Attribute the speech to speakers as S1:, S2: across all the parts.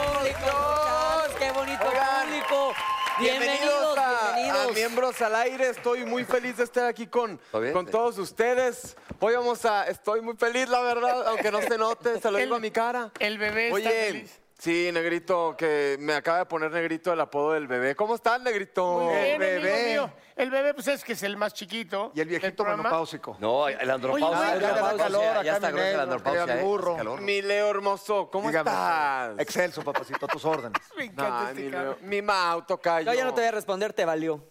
S1: Muchachos, ¡Qué bonito
S2: Oigan,
S1: público!
S2: Bienvenidos
S1: Bienvenidos,
S2: a, a
S1: bienvenidos.
S2: Miembros al Aire. Estoy muy feliz de estar aquí con,
S3: ¿Todo bien?
S2: con todos ustedes. Hoy vamos a. Estoy muy feliz, la verdad, aunque no se note, se lo digo a mi cara.
S4: El bebé
S2: Oye,
S4: está feliz.
S2: sí, Negrito, que me acaba de poner Negrito el apodo del bebé. ¿Cómo estás, Negrito?
S4: Muy bien, amigo
S2: bebé.
S4: mío. El bebé, pues es que es el más chiquito.
S5: Y el
S4: del
S5: viejito
S4: programa.
S5: menopáusico.
S3: No, el andropausia.
S4: Oye, güey, ya
S3: la
S4: da
S3: andropausia,
S5: calor acá,
S3: ya está
S5: mi
S3: gruesa la
S5: negro,
S3: andropausia.
S5: que
S3: eh.
S5: burro.
S3: Calor.
S2: Mi Leo hermoso, ¿cómo
S5: Dígame,
S2: estás?
S5: Excelso, papacito, a tus órdenes.
S4: Me encanta
S2: Ay,
S4: este
S2: mi,
S4: cabrón.
S2: Leo. mi Mau, tocayo.
S1: Yo ya no te voy a responder, te valió.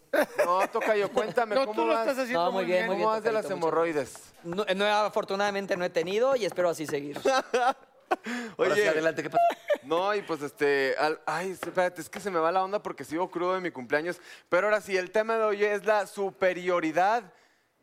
S2: No, tocayo, cuéntame,
S4: No,
S2: ¿cómo
S4: tú lo
S2: vas?
S4: estás haciendo
S1: No, muy
S4: muy
S1: bien,
S4: bien.
S1: muy
S2: ¿Cómo vas de
S1: Tocayo,
S2: las
S1: muchas
S2: hemorroides?
S1: No, eh, no, afortunadamente no he tenido y espero así seguir.
S3: Ahora sí, adelante, ¿qué pasa?
S2: No, y pues este. al- ay, espérate, es que se me va la onda porque sigo crudo de mi cumpleaños. Pero ahora sí, el tema de hoy es la superioridad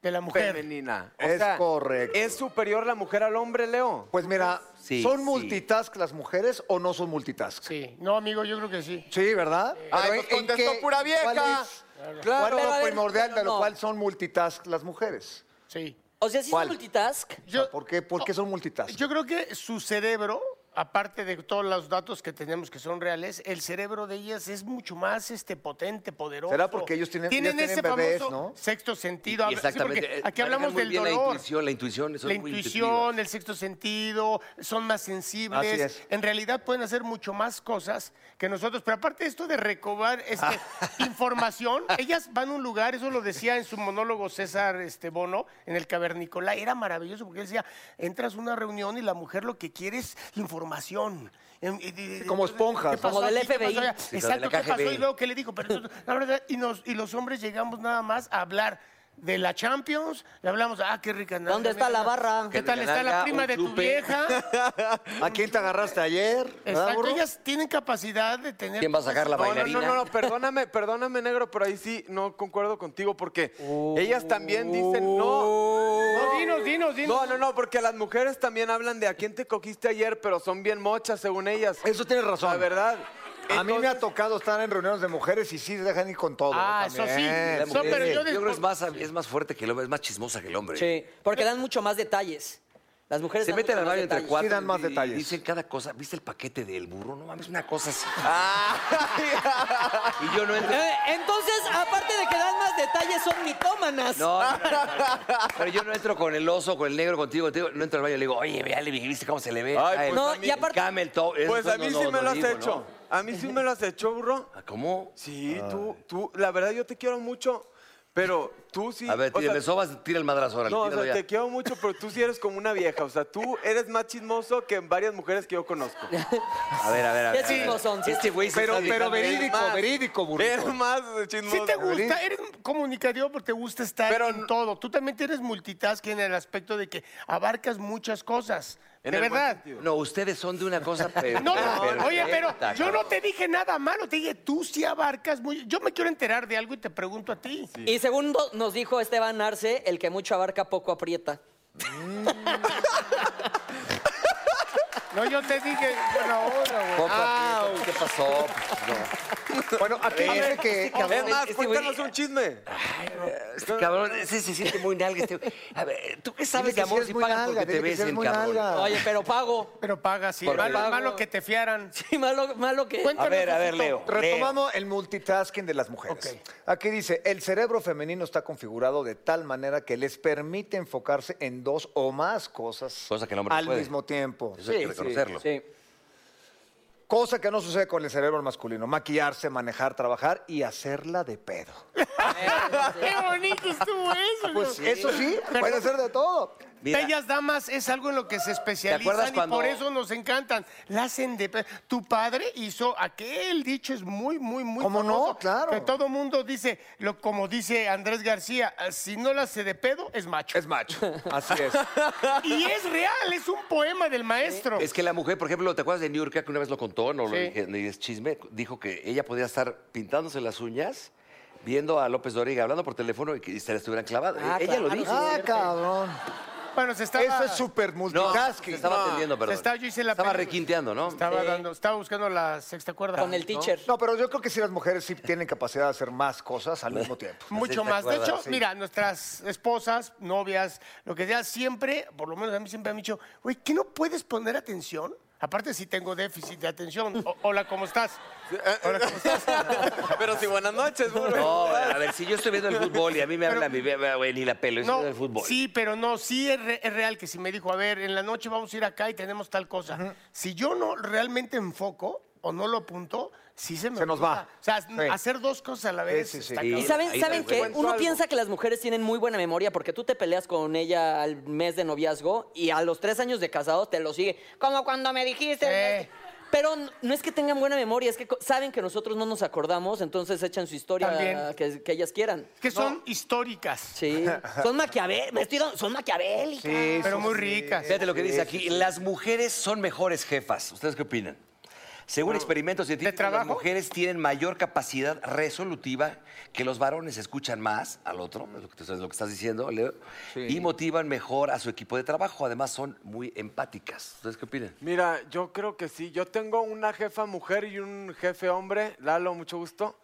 S4: De la mujer.
S2: femenina.
S5: Es correcto.
S2: ¿Es superior la mujer al hombre, Leo?
S5: Pues mira,
S3: Sí,
S5: ¿son
S3: sí.
S5: multitask las mujeres o no son multitask?
S4: Sí. No, amigo, yo creo que sí.
S5: Sí, ¿verdad?
S2: Ay,
S5: Pero
S2: pues
S5: ¿en- en
S2: contestó
S5: qué-
S2: pura vieja.
S5: ¿Cuál es,
S2: Claro.
S5: cuál es
S1: Pero a
S5: lo
S1: ver,
S5: pues, primordial de
S1: pero
S5: lo
S1: no.
S5: cual son multitask las mujeres?
S4: Sí.
S1: O sea, si
S2: ¿Cuál?
S1: es multitask,
S5: O sea,
S4: Yo,
S5: ¿por, qué, por qué son multitask?
S4: yo creo que su cerebro, aparte de todos los datos que tenemos que son reales, el cerebro de ellas es mucho más este, potente, poderoso.
S5: ¿Será porque ellos tienen- ellas tienen bebés,
S4: famoso
S5: ¿no?
S4: sexto sentido. A ver, sí, porque
S3: Exactamente. eh,
S4: aquí
S3: manejan
S4: hablamos
S3: muy
S4: del
S3: bien La
S4: dolor.
S3: intuición, la intuición. son
S4: la
S3: muy
S4: intuición,
S3: intuitivas.
S4: el sexto sentido, son más sensibles.
S5: Así es.
S4: En realidad pueden hacer mucho más cosas que nosotros. Pero aparte de esto de recobrar este, información, ellas van a un lugar, eso lo decía en su monólogo César este, Bono, en el Cavernícola, era maravilloso porque él decía, entras a una reunión y la mujer lo que quiere es información. Em, y- y-
S5: Como esponjas,
S4: ¿qué pasó
S1: como del
S4: aquí? ¿Qué
S1: FBI?
S4: pasó allá?
S3: Sí, como de la
S4: Exacto, ¿qué pasó?
S3: KGB.
S4: Y luego, ¿qué le dijo? Pero tú- la verdad, y, nos- y los hombres llegamos nada más a hablar de la Champions, le hablamos, ah, qué rica nalga,
S1: ¿Dónde está
S4: mira,
S1: la barra?
S4: ¿Qué
S3: Que
S4: tal
S3: le
S4: está la
S3: gana
S4: prima
S3: un
S4: de tu
S3: chupe.
S4: vieja?
S5: ¿A quién te agarraste ayer? ¿Verdad,
S4: Exacto,
S5: burro?
S4: ellas tienen capacidad de tener...
S3: ¿Quién va a sacar la
S2: No, no,
S3: bailarina?
S2: no, no, no, perdóname, perdóname, negro, pero ahí sí no concuerdo contigo porque ellas también dicen no.
S4: No, dinos, dinos, dinos.
S2: No, no, no, porque las mujeres también hablan de a quién te cogiste ayer, pero son bien mochas según ellas.
S5: Eso tienes razón.
S2: La verdad.
S5: A mí me ha
S2: Entonces,
S5: tocado estar en reuniones de mujeres y sí se dejan ir con todo.
S4: Ah, eso sí.
S5: también.
S3: La
S4: No,
S3: mujer
S4: pero
S3: es-
S4: yo
S3: creo que
S4: después-
S3: es más, es más fuerte que el hombre, es más chismosa que el hombre.
S1: sí, porque dan mucho más detalles. Las mujeres
S3: Se
S1: dan
S3: meten
S1: mucho
S3: al
S1: más
S3: baño entre
S1: detalles.
S3: cuatro.
S5: Sí dan más
S3: y-
S5: detalles.
S3: Y dicen cada cosa. ¿Viste el paquete del burro? No mames, una cosa así. y yo no entro.
S1: Eh, entonces, aparte de que dan más detalles, son mitómanas.
S3: No, no, no, no, no. Pero yo no entro con el oso, con el negro, contigo, contigo. No entro al baño y le digo, oye, vea, le viste cómo se le
S2: Ay,
S3: ve. Ah,
S2: pues
S3: el-
S1: a No, mí- y aparte-
S3: el camel toe. Eso
S2: Pues a
S3: no,
S2: mí
S3: no,
S2: sí
S3: no
S2: me lo has
S3: digo, ¿no?
S2: hecho. A mí sí me lo has hecho, burro.
S3: Ah, ¿Cómo?
S2: Sí, tú, tú, la verdad yo te quiero mucho, pero tú sí.
S3: A ver,
S2: o
S3: tira,
S2: sea,
S3: le sobas, tira el madrazo ahora.
S2: No, o
S3: tíralo
S2: sea,
S3: ya.
S2: te quiero mucho, pero tú sí eres como una vieja. O sea, tú eres más chismoso que varias mujeres que yo conozco.
S3: A ver, a ver, a
S1: ¿Qué
S3: ver. a ver.
S1: chismos son? Sí,
S3: Este güey se
S2: Pero-
S3: está
S2: pero
S3: dedicando a él.
S2: verídico,
S5: Verídico,
S2: más.
S5: verídico,
S2: Eres
S5: burrito.
S2: más chismoso.
S4: Sí te gusta, eres comunicativo porque te gusta estar
S2: Pero
S4: en
S2: no-
S4: todo. Tú también tienes multitasking en el aspecto de que abarcas muchas cosas.
S2: En
S4: de
S2: el buen
S4: verdad.
S2: sentido.
S3: No, ustedes son de una cosa pero,
S4: No, no,
S3: pero-
S4: oye, pero
S3: perfecta,
S4: yo no
S3: cabrón.
S4: te dije nada malo, te dije, tú sí abarcas muy... Yo me quiero enterar de algo y te pregunto a ti.
S1: Y segundo, nos dijo Esteban Arce, el que mucho abarca, poco aprieta.
S4: No, yo te dije buena hora, güey.
S3: Ah, ¿qué pasó? Pues,
S5: Bueno, aquí dice que...
S2: Es más,
S3: este güey-
S2: cuéntanos un chisme.
S3: No. Cabrón, ese se siente muy nalga. Este... güey. A ver, ¿tú qué sabes
S5: Dile que
S3: de
S5: sí
S3: amor
S5: es
S3: si
S5: muy
S3: pagas
S5: nalga,
S3: porque te
S5: dile que sí es
S3: besen,
S5: muy
S3: cabrón?
S5: nalga.
S1: Oye, pero pago.
S4: Pero paga, sí.
S3: Porque-
S4: Malo, malo que te fiaran.
S1: Sí, malo, malo que.
S4: Cuéntanos,
S3: A ver, a ver,
S4: Osito.
S3: Leo.
S5: Retomamos el multitasking de las mujeres. Aquí dice, el cerebro femenino está configurado de tal manera que les permite enfocarse en dos o más cosas
S3: Cosa que el hombre no
S5: al
S3: puede.
S5: mismo tiempo.
S3: Eso hay que reconocerlo.
S1: Sí.
S5: Cosa que no sucede con el cerebro masculino. Maquillarse, manejar, trabajar y hacerla de pedo.
S4: Qué bonito estuvo eso.
S5: Pues
S4: ¿no?
S5: eso sí, puede hacer de todo.
S3: Mira.
S4: Bellas damas es algo en lo que se
S3: acuerdas
S4: especializan y
S3: cuando-
S4: por eso nos encantan. La hacen de... pe- Tu padre hizo aquel dicho es muy, muy, muy
S5: ¿Cómo no?
S4: famoso,
S5: Claro.
S4: Que todo mundo dice, lo, como dice Andrés García, si no la hace de pedo, es macho.
S5: Es macho. Así es.
S4: Y es real, es un poema del maestro.
S3: Es que la mujer, por ejemplo, ¿te acuerdas de New York que una vez lo contó? No lo
S4: Sí.
S3: dije, ni es chisme. Dijo que ella podía estar pintándose las uñas, viendo a López Doriga hablando por teléfono y que y se la estuvieran clavando.
S1: Ah,
S3: ella lo
S1: claro,
S3: dijo.
S5: Ah, cabrón.
S4: Bueno, se estaba...
S5: Eso es súper
S3: No,
S5: multitasking.
S3: se estaba atendiendo, perdón.
S4: Se estaba- yo hice la
S3: Estaba
S4: peli-
S3: requinteando, ¿no?
S4: Estaba, dando, estaba buscando la sexta cuerda.
S1: Con el teacher.
S5: No, pero yo creo que sí las mujeres sí tienen capacidad de hacer más cosas al mismo tiempo.
S4: Mucho
S3: sexta
S4: más. De
S3: cuerda,
S4: hecho,
S3: sí.
S4: mira, nuestras esposas, novias, lo que sea, siempre, por lo menos a mí siempre han dicho, güey, ¿qué no puedes poner atención? Aparte si tengo déficit de atención. O- hola, ¿cómo estás? Hola, ¿cómo estás?
S2: Pero si buenas noches, güey.
S3: No, a ver, si yo estoy viendo el fútbol y a mí me habla mi bebé, güey, ni la
S5: Pues
S3: pelo, yo estoy
S4: No,
S3: viendo el fútbol.
S4: sí, pero no, sí es, re- es real que si me dijo, a ver, en la noche vamos a ir acá y tenemos tal cosa. Si yo no realmente enfoco o no lo apunto, sí se me
S5: Se nos
S4: olvida.
S5: va.
S4: O sea,
S5: Sí.
S4: hacer dos cosas a la vez
S5: sí, sí.
S4: está
S3: Y-
S4: cabrón.
S1: ¿Y saben,
S3: Ahí
S1: ¿saben
S3: te
S1: qué?
S3: cuento
S1: Uno
S2: algo.
S1: piensa que las mujeres tienen muy buena memoria porque tú te peleas con ella al mes de noviazgo y a los tres años de casados te lo sigue. Como cuando me dijiste. este,
S4: Sí.
S1: Pero n- no es que tengan buena memoria, es que co- saben que nosotros no nos acordamos, entonces echan su historia
S4: También.
S1: que, que ellas quieran.
S4: Que son históricas.
S1: Sí. Son maquiavel, me estoy dando- son maquiavélicas.
S4: Pero muy ricas.
S3: Fíjate lo que dice aquí. Las mujeres son mejores jefas. ¿Ustedes qué opinan? Según experimentos científicos, las
S4: trabajo?
S3: mujeres tienen mayor capacidad resolutiva que los varones. Escuchan más al otro, es lo que, tú- es lo que estás diciendo, Leo, y motivan mejor a su equipo de trabajo. Además, son muy em-, empáticas. ¿Ustedes qué opinan?
S2: Mira, yo creo que sí. Yo tengo una jefa mujer y un jefe hombre. Lalo, mucho gusto.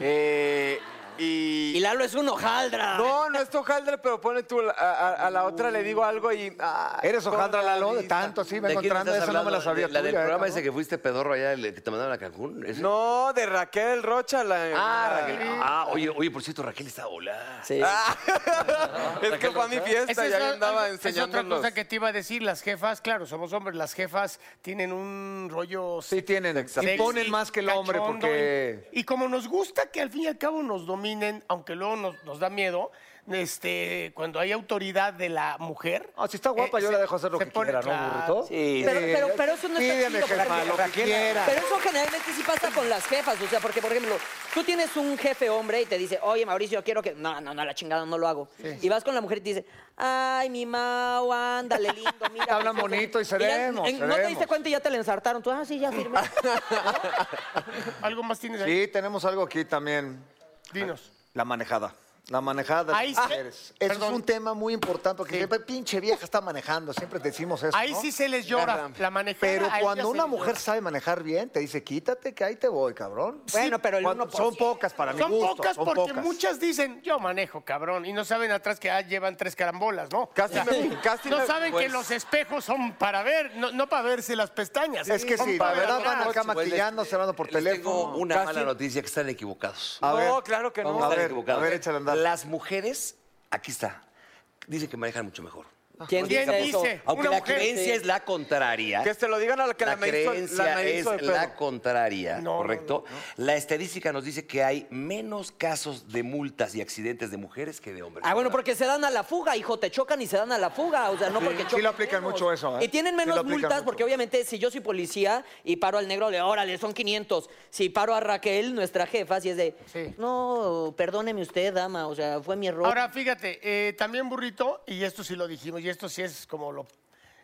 S2: Eh, y...
S1: Y Lalo es un hojaldra.
S2: No, no es hojaldre, pero pone tú a, a- a la otra le digo algo y. ah,
S5: ¿Eres
S2: toda
S5: hojaldra,
S2: la
S5: Lalo? De
S2: lista.
S5: tanto así, me
S3: ¿De quién
S5: encontrando,
S3: estás
S5: esa no me la
S3: hablando?
S5: sabía
S3: ¿De- la del
S5: tuya, ¿eh,
S3: programa ese
S5: cabrón?
S3: que fuiste pedorro allá, el que te mandaron a Cancún. ¿Ese?
S2: No, de Raquel Rocha. La...
S3: Ah, Raquel. Ah, oye, oye, por cierto, Raquel está hola.
S1: Sí.
S2: es que fue a mi
S4: Esa
S2: fiesta y
S4: es
S2: ahí
S4: la-
S2: andaba
S4: algo- es otra
S2: enseñándolos.
S4: cosa que te iba a decir, las jefas, claro, somos hombres, las jefas tienen un rollo
S5: Sí tienen.
S2: Exacto.
S4: sexy,
S5: Imponen más que el hombre
S4: cachondo,
S5: porque...
S4: Y, y como nos gusta que al fin y al cabo nos dominen, aunque luego nos, nos da miedo, este, cuando hay autoridad de la mujer.
S5: Ah, si está guapa,
S4: eh,
S5: yo
S4: se-
S5: la dejo hacer lo
S4: se
S5: que
S4: pone-
S5: quiera, ¿no,
S4: claro.
S5: burrito?
S3: Sí.
S1: Pero, pero- pero eso no está
S5: Eh, Pídeme,
S1: chido,
S5: jefa,
S1: porque-
S5: lo que quiera.
S1: Pero eso generalmente sí pasa con las jefas, o sea, porque, por ejemplo, tú tienes un jefe hombre y te dice, oye, Mauricio, quiero que... No, no, no, la chingada, no lo hago. Y vas con la mujer y te dice, ay, mi Mau, ándale, lindo, mira. pues,
S5: Hablan
S1: precioso".
S5: bonito y
S1: ya,
S5: seremos,
S1: en- No te diste
S5: seremos.
S1: cuenta y ya te la ensartaron. Tú, ah, sí, ya firmé.
S4: Algo más tienes ahí.
S5: Sí, tenemos algo aquí también.
S4: Dinos.
S5: La manejada. La manejada de
S4: Ahí
S5: las
S4: sí.
S5: mujeres. Eso
S4: Perdón.
S5: es un tema muy importante porque
S4: Sí.
S5: siempre, pinche vieja está manejando, siempre decimos eso.
S4: Ahí
S5: ¿no?
S4: sí se les llora. La manejada.
S5: Pero
S4: a ellas
S5: cuando
S4: se
S5: una
S4: les
S5: mujer
S4: llora.
S5: sabe manejar bien, te dice, quítate que ahí te voy, cabrón.
S1: Bueno, pero el
S5: Cuando-
S1: 1%.
S5: Son pocas para mi
S4: Son
S5: gusto.
S4: pocas
S5: son
S4: porque
S5: pocas.
S4: muchas dicen, yo manejo, cabrón, y no saben atrás que ah, llevan tres carambolas, ¿no?
S2: Casi
S4: O sea,
S2: me- casi
S4: no
S2: me-
S4: saben
S2: pues-
S4: que los espejos son para ver, no, no para verse las pestañas.
S5: Es que
S4: son
S5: sí, la
S4: para ver
S5: verdad
S4: atrás.
S5: van acá
S3: Pues les-
S5: maquillándose, hablando por
S3: les
S5: teléfono.
S3: Tengo una
S2: Casi-
S3: mala noticia que están equivocados.
S5: A ver.
S2: No, claro que
S3: Vamos
S2: no.
S3: a
S5: A
S3: estar
S5: ver,
S3: equivocados.
S5: a ver, échale a andar.
S3: Las mujeres, aquí está, dicen que manejan mucho mejor.
S1: ¿Quién
S4: ¿Quién
S1: dice eso?
S4: dice?
S3: Aunque
S4: Una
S3: la
S4: mujer,
S3: creencia
S4: sí.
S3: es la contraria.
S2: Que se lo digan a la que la,
S3: la
S2: me hizo-
S3: creencia
S2: la me
S3: es
S2: hizo de pedo.
S3: la contraria,
S4: No,
S3: ¿correcto? La estadística nos dice que hay menos casos de multas y accidentes de mujeres que de hombres.
S1: Ah, bueno, porque se dan a la fuga, hijo, te chocan y se dan a la fuga, o sea, no porque
S5: sí
S1: chocan
S5: lo aplican
S1: menos.
S5: mucho eso, ¿eh?
S1: Y tienen
S5: Sí lo
S1: menos
S5: aplican
S1: multas
S5: mucho.
S1: porque obviamente si yo soy policía y paro al negro, le órale, son 500. Si paro a Raquel, nuestra jefa, si es de,
S4: Sí.
S1: no, perdóneme usted, dama, o sea, fue mi error.
S4: Ahora, fíjate, eh, también burrito, y esto sí lo dijimos, y esto sí es como lo...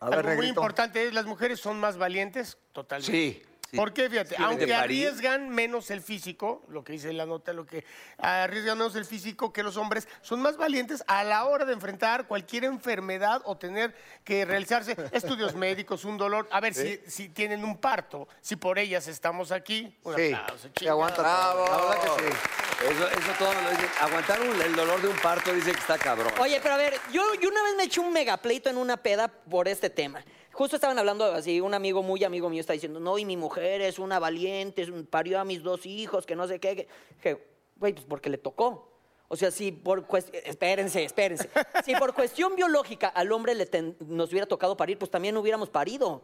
S5: A ver,
S4: algo muy
S5: negrito.
S4: importante es, las mujeres son más valientes, totalmente.
S5: Sí.
S4: Porque fíjate,
S6: Sí, viene de
S4: aunque
S6: París.
S4: arriesgan menos el físico, lo que dice la nota, lo que arriesgan menos el físico que los hombres, son más valientes a la hora de enfrentar cualquier enfermedad o tener que realizarse estudios médicos, un dolor. A ver
S5: Sí.
S4: si, si tienen un parto, si por ellas estamos aquí. Un
S5: Sí,
S4: aplauso,
S5: te aguanta todo.
S4: chingados.
S5: La verdad que sí.
S3: Eso, eso todo me lo dicen. Aguantar un- el dolor de un parto dice que está cabrón.
S1: Oye, pero a ver, yo, yo una vez me eché un megapleito en una peda por este tema. Justo estaban hablando así, un amigo muy amigo mío está diciendo, no, y mi mujer es una valiente, es un- parió a mis dos hijos, que no sé qué. que-". Dije, güey, pues porque le tocó. O sea, si por cuestión... Espérense, espérense. si por cuestión biológica al hombre le ten- nos hubiera tocado parir, pues también hubiéramos parido.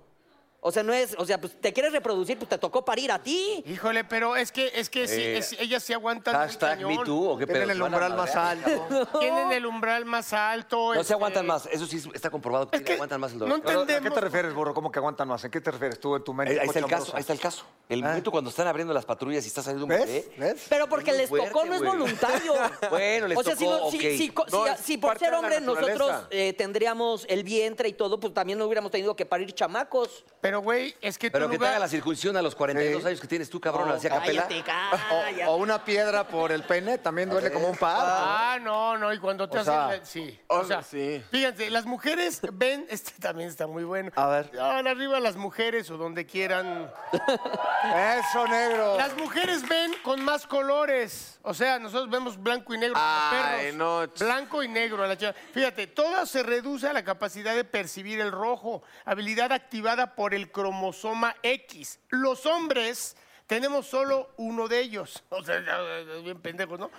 S1: O sea, no es... O sea, pues te quieres reproducir, pues te tocó parir a ti.
S4: Híjole, pero es que, es que sí,
S3: Eh,
S4: es- ellas sí aguantan. muy
S3: hashtag
S4: cañón.
S3: me too, ¿o qué Tienen pedo? el Van a umbral más madrear, alto.
S4: Tienen el umbral más alto.
S3: No se
S4: este,
S3: aguantan más. Eso sí está comprobado. Que aguantan más el dolor.
S5: No ¿A qué te refieres, burro? ¿Cómo que aguantan más? ¿En qué te refieres tú en tu mente?
S3: Ahí, ahí está el caso,
S5: cochambrosa?
S3: ahí está el caso. El momento cuando están abriendo las patrullas y está saliendo un
S5: ¿Ves?
S3: bebé.
S1: Pero porque
S3: muy
S1: les tocó,
S3: fuerte,
S1: no es
S3: güey.
S1: voluntario.
S3: Bueno, les
S1: o sea, si
S3: tocó,
S1: no- si,
S3: ok.
S1: si co-
S3: No,
S1: si-
S3: es
S1: si por
S3: parte
S1: ser
S3: de la
S1: hombre nosotros
S3: naturaleza.
S1: eh, tendríamos el vientre y todo, pues también no hubiéramos tenido que parir chamacos.
S4: Pero, güey, es que
S3: Pero que te haga la circuncisión a los 42 años que tienes tú, cabrón, así a capela.
S1: Oh, Cállate, cállate.
S5: O una piedra por el pene también duele como un par.
S4: Ah, no, no, y cuando te
S5: O
S4: hacen...
S5: sea,
S4: la- sí, o sea, fíjense, las mujeres ven... Este también está muy bueno.
S5: A ver.
S4: Ahora arriba las mujeres o donde quieran.
S5: Eso, negro.
S4: Las mujeres ven con más colores. O sea, nosotros vemos blanco y negro como
S2: Ay,
S4: perros. Blanco y negro a la chica. Fíjate, todo se reduce a la capacidad de percibir el rojo, habilidad activada por el cromosoma X. Los hombres tenemos solo uno de ellos. O sea, ya, ya, bien pendejos, ¿no?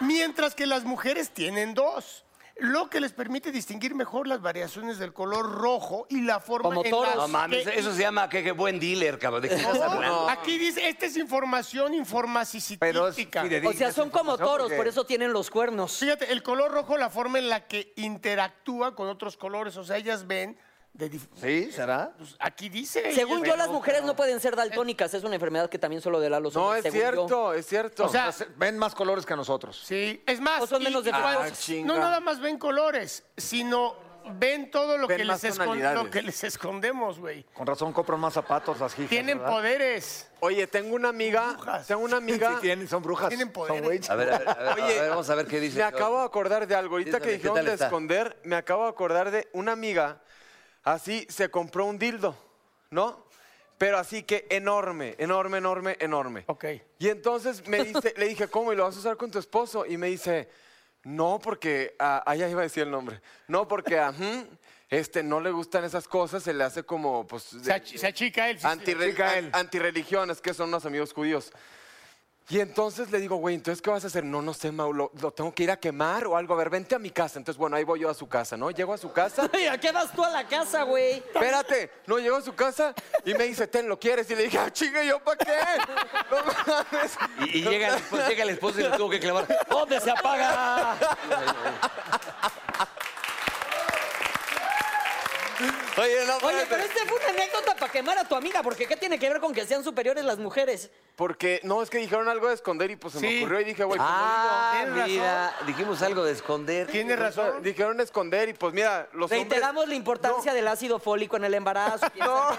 S4: Mientras que las mujeres tienen dos. Lo que les permite distinguir mejor las variaciones del color rojo y la forma en las
S3: No mames,
S4: que-
S3: eso se llama que, que buen dealer, cabrón. ¿De qué estás hablando?
S4: no, aquí dice, esta es información informacicítica.
S3: Pero es fidedigna,
S1: O sea, son como toros, por eso tienen los cuernos.
S4: Fíjate, el color rojo, la forma en la que interactúa con otros colores, o sea, ellas ven de dif-
S5: ¿Sí? ¿Será?
S4: Pues aquí dice.
S1: Según yo,
S4: Pero-
S1: las mujeres no pueden ser daltónicas. Es una enfermedad que también solo de la los hombres. según yo.
S2: es cierto.
S4: O sea,
S5: Pues, eh, ven más colores que nosotros.
S4: Sí, es más.
S1: O son
S4: y-
S1: menos
S4: y cuando-
S1: defectuosas. Ah, chinga.
S4: No nada más ven colores, sino ven todo lo,
S5: Ven
S4: que
S5: más
S4: les, escon-
S5: tonalidades.
S4: lo que les escondemos, güey.
S5: Con razón compran más zapatos las hijas.
S4: Tienen
S5: ¿verdad? Ah,
S4: poderes.
S2: Oye, tengo una amiga. Tengo una amiga.
S5: Sí, tienen, son brujas.
S2: Tienen
S5: Son güeyes.
S3: A ver, a ver, a ver,
S2: Oye,
S3: a ver, vamos a ver qué dice.
S2: Me acabo de acordar de algo. Ahorita
S3: Dígame,
S2: que
S3: ¿qué
S2: dijeron
S3: tal
S2: de
S3: está?
S2: esconder, me acabo de acordar de una amiga. Así se compró un dildo, ¿no? Pero así que enorme, enorme, enorme, enorme.
S4: Ok.
S2: Y entonces me dice, le dije, ¿cómo? ¿Y lo vas a usar con tu esposo? Y me dice, no, porque. ah, ah, ya iba a decir el nombre. No, porque a este no le gustan esas cosas, se le hace como. Pues,
S4: Se, ach- se achica él. sí, sí.
S2: Antirre- an- Antirreligiones, que son unos amigos judíos. Y entonces le digo, güey, ¿entonces qué vas a hacer? No, no sé, Mau, lo, lo tengo que ir a quemar o algo. A ver, vente a mi casa. Entonces, bueno, ahí voy yo a su casa, ¿no? Llego a su casa.
S1: Ay, ¿A qué vas tú a la casa, güey?
S2: Espérate, no, llego a su casa y me dice, ten, ¿lo quieres? Y le dije, ah, chinga, ¿yo para qué? No mames.
S3: Y, y llega, el esposo, llega el esposo y le tuvo que clavar. ¿Dónde se apaga?
S2: Oye, no,
S1: Oye,
S2: espérate.
S1: pero este fue una anécdota para quemar a tu amiga, porque ¿qué tiene que ver con que sean superiores las mujeres?
S2: Porque, no, es que dijeron algo de esconder y pues se me
S1: Sí.
S2: ocurrió y dije, güey, ¿cómo
S3: Ah,
S2: digo?
S3: mira, dijimos algo de esconder.
S2: Tienes razón. Dijeron esconder y pues mira, los hombres...
S1: Reiteramos la importancia del ácido fólico en el embarazo. No.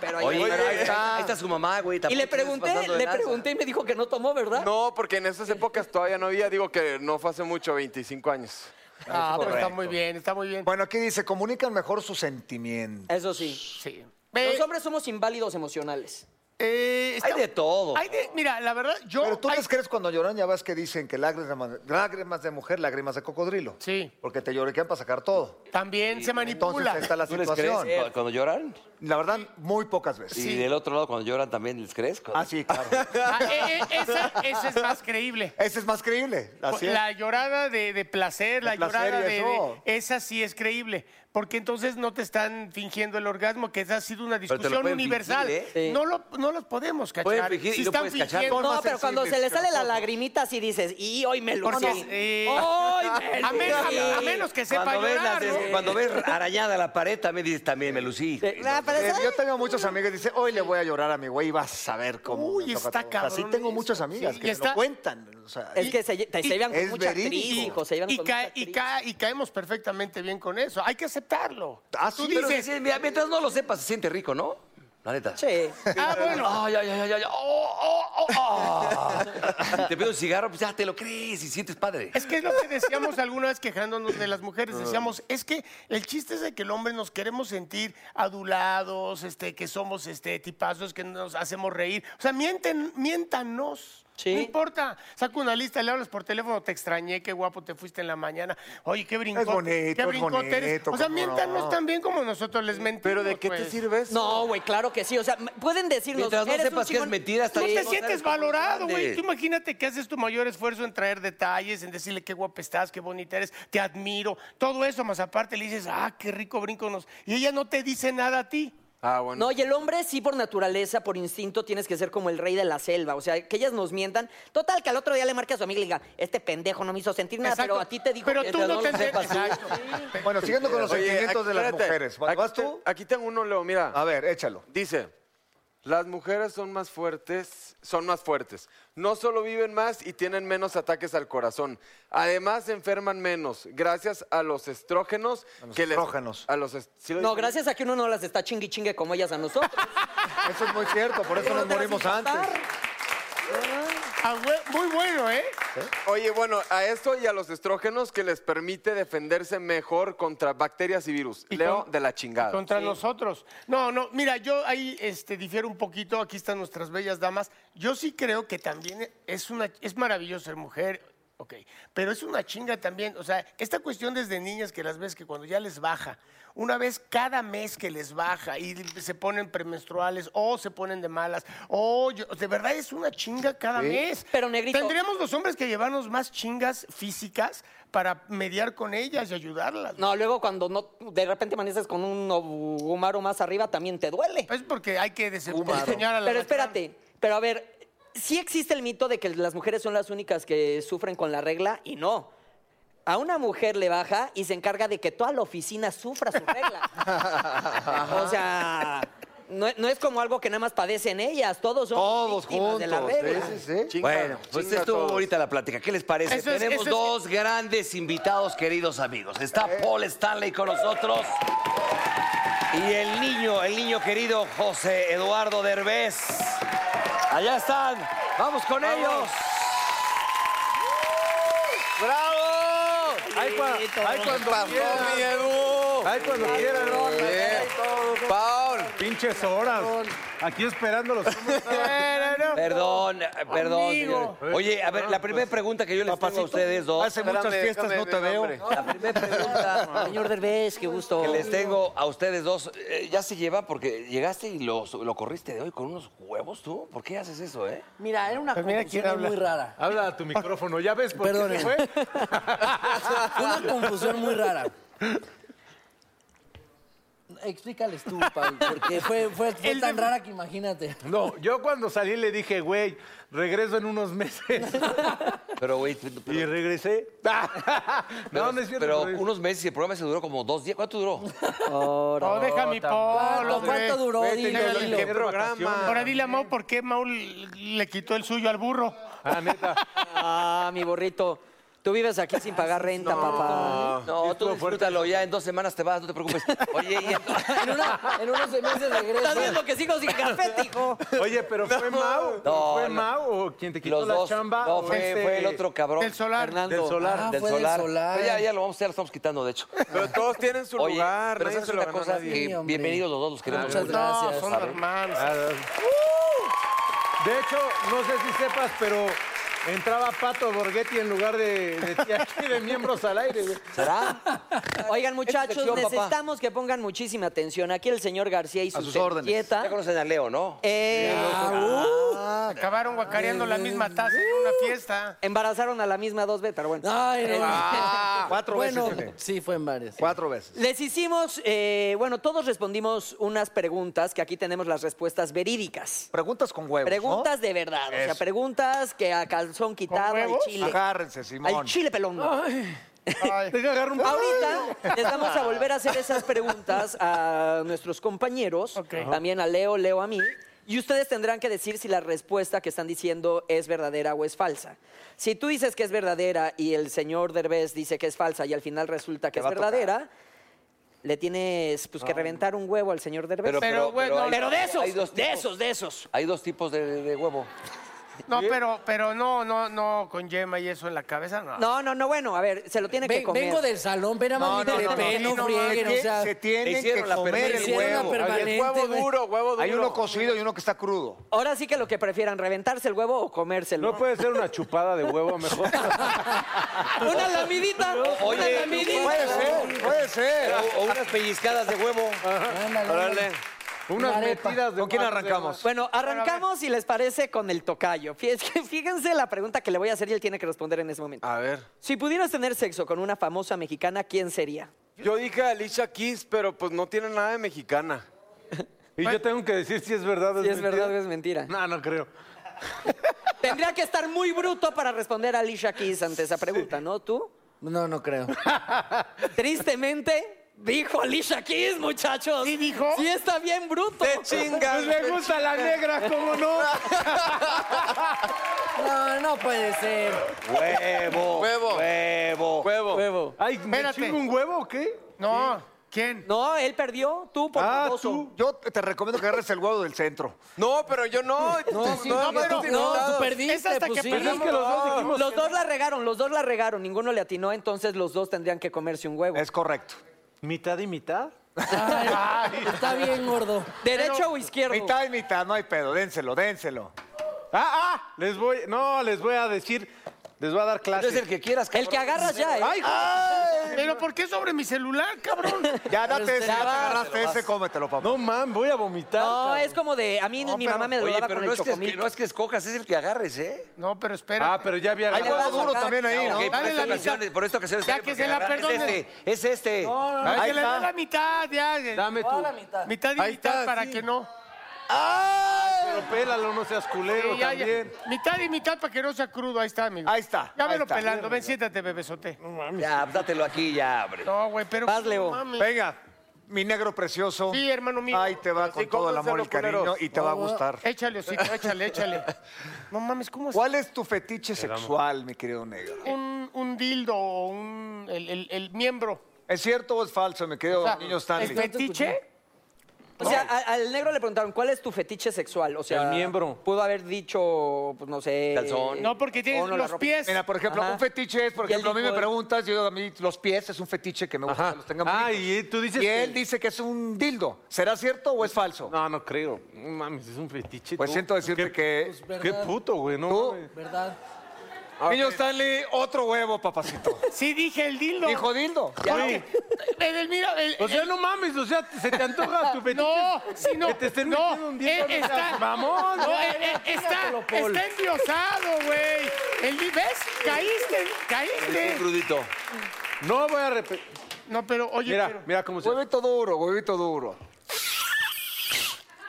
S1: Pero ahí
S3: Oye,
S1: está.
S3: pero ahí,
S4: Ah.
S3: está, ahí está su mamá, güey.
S1: Y
S3: tampoco
S1: le
S3: te estés
S1: pregunté,
S3: pasando de
S1: le
S3: lanza.
S1: pregunté y me dijo que no tomó, ¿verdad?
S2: No, porque en esas épocas todavía no había, digo que no fue hace mucho, 25 años.
S4: Ah, pero está
S5: Correcto.
S4: muy bien, está muy bien.
S5: Bueno, aquí dice, comunican mejor sus sentimientos.
S1: Eso sí. Los hombres somos inválidos emocionales. Eh,
S4: hay
S5: de todo.
S4: Hay de- mira, la verdad, yo...
S5: Pero tú les crees cuando lloran, ya ves que dicen que lágrimas, lágrimas de mujer, lágrimas de cocodrilo.
S4: Sí.
S5: Porque te lloriquean para sacar todo.
S4: También se manipula.
S5: Entonces está la
S3: ¿Tú les crees
S5: situación.
S3: cu- cuando lloran?
S5: La verdad, muy pocas veces.
S3: Y del otro lado, cuando lloran, ¿también les crees?
S5: Ah, sí, claro.
S4: Ah, eh, eh, esa, esa es más creíble.
S5: Ese es más creíble. Así es.
S4: La llorada de, de placer, la
S5: placer
S4: llorada
S5: y
S4: de,
S5: eso.
S4: de- Esa sí es creíble. Porque entonces no te están fingiendo el orgasmo, que esa ha sido una
S3: Pero te lo
S4: discusión
S3: pueden
S4: universal.
S3: fingir, ¿eh? Sí.
S4: No, lo, no los podemos cachar.
S3: Pueden fingir y
S4: Sí
S3: lo
S4: están
S3: puedes cachar.
S4: fingiendo.
S1: No, pero cuando se le sale la lagrimita, así dices, y hoy me lo
S4: Porque-
S1: sí.
S4: eh,
S1: Hoy me
S4: a,
S1: lo
S4: menos,
S1: sí.
S4: a- a menos que sepa
S3: Cuando ves,
S4: llorar.
S3: las-
S4: ¿no?
S3: cuando ves arañada la pared, también dices, también me lucí.
S1: Nah, pero
S5: Eh,
S1: ¿sabes?
S5: Yo tengo muchos amigos que dicen, hoy le voy a llorar a mi güey y vas a ver cómo.
S4: Uy,
S5: me toca
S4: está
S5: todo". O sea, sí
S4: cabrón
S5: tengo
S4: eso.
S5: muchas amigas
S4: Sí,
S5: que me
S4: está-
S5: lo cuentan. o sea,
S1: Es que se, te- se llevan con
S5: es
S1: mucha actriz,
S5: verídico.
S1: hijo, se llevan
S4: Y,
S1: con
S4: cae-
S1: mucha
S4: y
S1: actriz.
S4: cae- y caemos perfectamente bien con eso. Hay que aceptarlo.
S5: Ah,
S4: Tú
S5: sí, pero
S4: dices,
S3: Mira, mientras no lo sepas, se siente rico, ¿no? La neta.
S1: Sí.
S4: Ah, bueno.
S3: Ay, ay, ay, ay, ay. Oh, oh, oh, oh. Si te pido un cigarro, pues ya te lo crees y sientes padre.
S4: Es que es lo que decíamos alguna vez quejándonos de las mujeres. Decíamos, es que el chiste es de que el hombre nos queremos sentir adulados, este, que somos este, tipazos, que nos hacemos reír. O sea, mienten, miéntanos.
S1: Sí.
S4: No importa, saca una lista, le hablas por teléfono, te extrañé, qué guapo te fuiste en la mañana. Oye, qué brincón.
S5: bonito,
S4: qué
S5: es
S4: brincote eres.
S5: bonito,
S4: O sea,
S5: cómo no.
S4: miéntanos también como nosotros les mentimos.
S2: Pero ¿de qué te
S4: pues.
S2: sirve eso?
S1: No, güey, claro que sí. O sea, m- pueden decirnos.
S3: Mientras no
S1: "Eres un
S3: sepas que es
S1: chingón".
S3: mentira, está
S4: No
S3: bien.
S4: te sientes valorado, güey.
S3: grande.
S4: Tú imagínate que haces tu mayor esfuerzo en traer detalles, en decirle qué guapa estás, qué bonita eres, te admiro. Todo eso, más aparte le dices, ah, qué rico brinco nos. Y ella no te dice nada a ti.
S2: Ah, bueno.
S1: No, y el hombre sí por naturaleza, por instinto, tienes que ser como el rey de la selva. O sea, que ellas nos mientan. Total, que al otro día le marque a su amiga y le diga, este pendejo no me hizo sentir nada,
S4: Exacto.
S1: pero a ti te dijo
S4: Pero
S1: que
S4: tú
S1: te
S4: no
S1: lo
S4: te enter-
S1: sepas tú".
S4: Exacto.
S5: Bueno, siguiendo con los
S2: Oye,
S5: sentimientos
S2: aquí-
S5: de las
S2: espérate.
S5: mujeres. ¿Vas-
S2: Aquí
S5: ¿Vas
S2: te-
S5: tú?
S2: Aquí tengo uno, Leo, mira.
S5: A ver, échalo.
S2: Dice, las mujeres son más fuertes, son más fuertes. No solo viven más y tienen menos ataques al corazón, además se enferman menos gracias a los estrógenos.
S5: A los
S2: que les-
S5: estrógenos.
S2: a los est- ¿sí lo
S1: No,
S2: dije?
S1: gracias a que uno no las está chingui chingue como ellas a nosotros.
S5: Eso es muy cierto, por eso
S1: No
S5: nos
S1: te vas a
S5: morimos
S1: infartar.
S5: antes.
S4: Ah, güey, muy bueno, ¿eh?
S2: Oye, bueno, a esto y a los estrógenos que les permite defenderse mejor contra bacterias y virus.
S4: Y
S2: Leo,
S4: con-
S2: de la chingada.
S4: Contra nosotros. No, no, mira, yo ahí este, difiero un poquito. Aquí están nuestras bellas damas. Yo sí creo que también es, una, es maravilloso ser mujer. Ok, pero es una chinga también. O sea, esta cuestión desde niñas que las ves que cuando ya les baja, una vez cada mes que les baja y se ponen premenstruales o se ponen de malas, o yo- de verdad es una chinga cada mes.
S1: Pero, negrito-
S4: Tendríamos los hombres que llevarnos más chingas físicas para mediar con ellas y ayudarlas.
S1: No, luego cuando no, de repente amaneces con un gumaro más arriba, también te duele.
S4: Es porque hay que desempeñar a la
S1: Pero espérate, pero a ver, sí existe el mito de que las mujeres son las únicas que sufren con la regla y no. A una mujer le baja y se encarga de que toda la oficina sufra su regla. o sea, no, no es como algo que nada más padecen ellas, todos son
S3: Todos
S1: víctimas
S3: juntos.
S1: de la regla.
S3: sí, sí, sí.
S2: Chinga,
S3: bueno, pues
S2: chinga
S3: estuvo
S2: todos.
S3: bonita la plática. ¿Qué les parece?
S4: Eso es-
S3: Tenemos
S4: eso es-
S3: dos grandes invitados, queridos amigos. Está
S2: Eh.
S3: Paul Stanley con nosotros. Y el niño, el niño querido José Eduardo Derbez. Allá están. Vamos con ellos.
S2: ¡Bravo! Ay, cua- ay, cuando quieran. Ay, cuando quieran, ¿no? Paul.
S6: Pinches horas. Aquí esperándolos.
S3: Perdón, eh, perdón, señor. Oye, a ver, la primera pregunta que yo les tengo a ustedes dos.
S6: pues, Hace muchas
S2: Espérame,
S6: fiestas
S2: déjame
S6: no te
S2: ver,
S6: veo.
S2: hombre.
S3: La primera pregunta
S1: Señor Derbez, qué gusto.
S3: que les tengo a ustedes dos. eh, ya se lleva porque llegaste y lo, lo corriste de hoy con unos huevos tú. ¿Por qué haces eso, eh?
S7: Mira, era una
S4: Pues mira
S7: confusión
S4: quién
S7: ahí
S4: habla.
S7: muy rara.
S6: Habla a tu micrófono, ¿ya ves por
S7: Perdón.
S6: qué se fue?
S7: Una confusión muy rara. Explícales tú, Paul, porque fue, fue, fue
S4: El
S7: tan
S4: de-
S7: rara que imagínate.
S6: No, yo cuando salí le dije, güey, regreso en unos meses.
S3: Pero, güey, tú-
S6: Y
S3: pero,
S6: regresé.
S3: pero-
S6: no, no es cierto.
S3: pero
S6: pero-
S3: unos meses y el programa se duró como dos días. ¿Cuánto duró?
S4: No, deja mi polo,
S7: ¿Cuánto,
S4: hombre.
S7: cuánto duró?
S4: Vete,
S7: Dilo,
S4: dale.
S7: dilo.
S2: ¿Qué programa?
S4: Ahora dile a Mau por qué Mau le quitó el suyo al burro.
S6: Ah, neta.
S1: Ah, mi borrito. Tú vives aquí sin pagar renta, papá.
S3: No, tú disfrútalo ya. En dos semanas te vas, no te preocupes. Oye, y entonces-
S7: En, una- en unos meses regreso.
S1: Estás viendo que sigo sin café, hijo.
S6: Oye, pero ¿fue Mau?
S3: No,
S6: ¿Fue
S3: no.
S6: Mau o quien te quitó
S3: los
S6: la
S3: dos.
S6: chamba?
S3: no,
S6: o
S3: fue,
S6: ese-
S3: fue el otro cabrón.
S4: Del solar.
S3: Fernando.
S6: Del solar.
S7: Ah, fue del solar.
S3: Ya, ya lo vamos a hacer, lo estamos quitando, de hecho.
S2: Pero todos tienen su
S3: Oye,
S2: lugar.
S3: pero
S2: nadie
S3: ¿sabes
S2: se lo
S3: una
S2: ganó a
S3: cosa?
S2: nadie.
S7: Sí,
S3: Que
S7: hombre.
S3: bienvenidos los dos, los queremos
S7: Muchas
S3: mucho.
S4: No,
S7: gracias.
S4: son
S3: A ver.
S4: hermanos.
S6: Ah, De hecho, no sé si sepas, pero entraba Pato Borghetti en lugar de, de ti aquí, de miembros al aire. güey.
S3: ¿Será?
S1: Oigan, muchachos,
S3: sección, papá.
S1: necesitamos que pongan muchísima atención. Aquí el señor García y su
S5: A sus órdenes.
S1: servilleta.
S3: Ya conocen a Leo, ¿no?
S1: Eh,
S4: Acabaron guacareando la misma taza en una fiesta.
S1: embarazaron a la misma dos veces, pero bueno. Eh,
S7: Ay, no. ah,
S5: Cuatro
S7: bueno,
S5: veces. Pepe.
S7: sí, fue en varias.
S5: Cuatro veces.
S1: Les hicimos, eh, bueno, todos respondimos unas preguntas que aquí tenemos las respuestas verídicas.
S5: Preguntas con huevos.
S1: Preguntas de verdad, o sea,
S5: Eso.
S1: preguntas que a calzón quitado al
S4: huevos?
S5: ¿no?
S1: chile.
S5: Agárrense, Simón.
S1: Al chile pelón.
S4: Ay.
S6: Te agarro un
S1: Ahorita les vamos a volver a hacer esas preguntas a nuestros compañeros,
S4: Ok.
S1: también a Leo, Leo a mí, y ustedes tendrán que decir si la respuesta que están diciendo es verdadera o es falsa. Si tú dices que es verdadera y el señor Derbez dice que es falsa y al final resulta que
S3: Te va
S1: es
S3: a tocar.
S1: verdadera, le tienes pues que reventar un huevo al señor Derbez.
S3: Pero- Pero, pero- bueno, pero hay-
S1: Pero de esos,
S3: hay dos
S1: de
S3: tipos.
S1: esos, de esos.
S3: Hay dos tipos de, de huevo.
S4: No, pero, pero no, no, no, con yema y eso en la cabeza, no.
S1: No, no, no, bueno, a ver, se lo tiene que
S4: Ven-
S1: comer.
S4: vengo del
S7: salón, ven a
S4: No, no, no,
S7: Pepe,
S4: sí,
S7: no
S4: no,
S7: frieguen,
S4: es
S7: o sea.
S5: Se tienen que
S7: hicieron la
S5: comer
S7: permanente.
S5: el
S7: Hicieron la
S5: huevo.
S7: permanente, güey.
S5: Hay uno cocido y uno que está crudo.
S1: Ahora sí que lo que prefieran, reventarse el huevo o comérselo. No
S6: puede ser una chupada de huevo mejor.
S1: una lamidita, una lamidita.
S5: Puede ser, puede ser.
S8: O, o unas pellizcadas de huevo. Órale.
S1: Una arepa.
S5: ¿Con quién arrancamos?
S1: Bueno, arrancamos si les parece con el tocayo. Fíjense, fíjense la pregunta que le voy a hacer y él tiene que responder en ese
S6: Ah.
S1: momento.
S2: A ver.
S1: Si pudieras tener sexo con una famosa mexicana, ¿quién sería?
S2: Yo dije Alicia Keys, pero pues no tiene nada de mexicana.
S6: Y yo tengo que decir si es verdad o
S1: Si es verdad o es mentira.
S6: Pues No, no creo.
S1: Tendría que estar muy bruto para responder a Alicia Keys ante esa pregunta, ¿no? ¿Tú?
S7: No, no creo.
S1: Tristemente, dijo Alicia Keys, muchachos. ¿Sí dijo? Sí está bien bruto. ¡Te
S8: chingas, Pues le gusta la negra, ¿cómo
S6: no?
S7: No, no puede ser.
S8: Huevo.
S2: Huevo.
S8: Huevo.
S2: Huevo.
S6: Ay, ¿me chingo un huevo o qué?
S4: No. ¿Quién?
S1: No, él perdió. Tú por
S5: Ah,
S6: Ah,
S1: baboso.
S5: Yo te recomiendo que agarres el huevo del centro.
S2: No, pero yo no. Pues, No,
S1: sí, no, pero- no, tú perdiste, Es hasta pues que sí. perdamos.
S2: los dos
S1: No,
S2: dijimos
S1: los
S2: que
S1: dos
S2: no.
S1: la regaron, los dos la regaron. Ninguno le atinó, entonces los dos tendrían que comerse un huevo. Es
S5: correcto.
S6: ¿Mitad y mitad?
S7: Está bien, gordo.
S1: ¿Derecho o izquierdo?
S5: Mitad y mitad, no hay pedo. Dénselo, dénselo.
S6: Ah, ah, les voy, no, les voy a decir, les voy a dar clases.
S5: Entonces, el que quieras, El que cabrón. agarras ya, ¿eh?
S6: Ay,
S4: Pero ¿por qué sobre mi celular, cabrón?
S5: Ya date
S4: Ya
S5: ese, ya te
S4: vas,
S5: agarraste
S4: te lo
S5: ese,
S4: vas.
S5: cómetelo, papá.
S6: No, man, voy a vomitar.
S1: No, es como de. A mí mi mamá me lo
S3: Oye,
S1: daba
S3: pero
S1: con
S3: no
S1: el
S3: es, que,
S1: chocomil.
S3: no es que escojas, es el que agarres, ¿eh?
S4: No, pero espera.
S6: Ah, pero ya había
S3: Hay
S6: agarrado.
S3: huevo duro también ahí, ¿no?
S8: Ok, por
S3: Dale
S8: esta
S3: la
S8: ocasión-
S3: mitad. por esta ocasión
S6: pues,
S3: está
S8: Ya
S3: bien,
S8: que
S3: porque
S8: se la
S3: agarrar-
S8: perdone.
S3: Es este, es este.
S4: No, no,
S3: Ahí
S4: que le
S3: está.
S4: dé la mitad, ya.
S6: Dame tú.
S4: Toda la mitad. Mitad y
S6: Ahí
S4: mitad
S6: está,
S4: para
S6: sí.
S4: que no.
S6: Pero pélalo, no seas culero
S4: Sí, ya, ya.
S6: también.
S4: Mitad y mitad para que no sea crudo, ahí está, amigo.
S5: Ahí está.
S4: Ya me
S5: ahí
S4: lo
S5: está. Mm.
S4: pelando, ven, siéntate, bebesote.
S3: Ya, pues, dátelo aquí, ya, hombre.
S4: No, güey, pero.
S5: Vas,
S4: Leo.
S5: Venga, mi negro precioso.
S4: Sí, hermano mío.
S5: Ahí te va
S4: Pero
S5: con
S4: sí,
S5: todo el amor y
S4: cómenselo,
S5: cariño
S4: culeros.
S5: y te va a gustar.
S4: Échale, osito, échale, échale. No mames, ¿cómo
S5: ¿Cuál es tu fetiche sexual, mi querido negro?
S4: Un, un dildo o un. El, el- el miembro.
S5: ¿Es cierto o es falso, mi querido
S4: O sea,
S5: niño Stanley?
S4: ¿el fetiche?
S1: O sea, a- al negro le preguntaron, ¿cuál es tu fetiche sexual? O sea,
S5: El miembro.
S1: Pudo haber dicho, pues no sé.
S4: No, porque
S1: tiene
S5: Oh,
S4: tienes los pies.
S5: Mira, por ejemplo, un fetiche es, por
S1: Y él
S5: ejemplo, a mí me
S1: dijo el-
S5: preguntas, yo digo, a mí los pies es un fetiche que me gusta que los tengan
S6: Ah,
S5: bonitos.
S6: y tú dices
S5: Y él
S6: que-
S5: dice que es un dildo. ¿Será cierto o es falso?
S6: No, no creo. No Mames, es un fetiche.
S5: Pues
S6: tú.
S5: siento decirte que...
S7: verdad.
S6: Qué puto, güey, no.
S5: Tú.
S6: mames. Ah,
S7: ¿Verdad?
S5: Niño Stanley, otro huevo, papacito.
S4: Sí, dije el dildo.
S5: Dijo dildo.
S4: Porque- en el, mira, el-
S6: O sea,
S4: el-
S6: no mames, o sea, se te antoja tu fetiche.
S4: No, sí, no.
S6: Que te estén
S4: no,
S6: metiendo un dildo.
S4: eh,
S6: no seas
S4: está,
S6: mamón.
S4: no,
S6: ya.
S4: eh, eh, está,
S6: Quítatelo, Paul.
S4: está endiosado, güey. El di- ¿Ves? Caíste, caíste.
S3: crudito.
S6: No voy a repetir.
S4: No, pero oye,
S6: Mira,
S4: pero-
S6: mira cómo se.
S5: Huevito duro, huevito duro.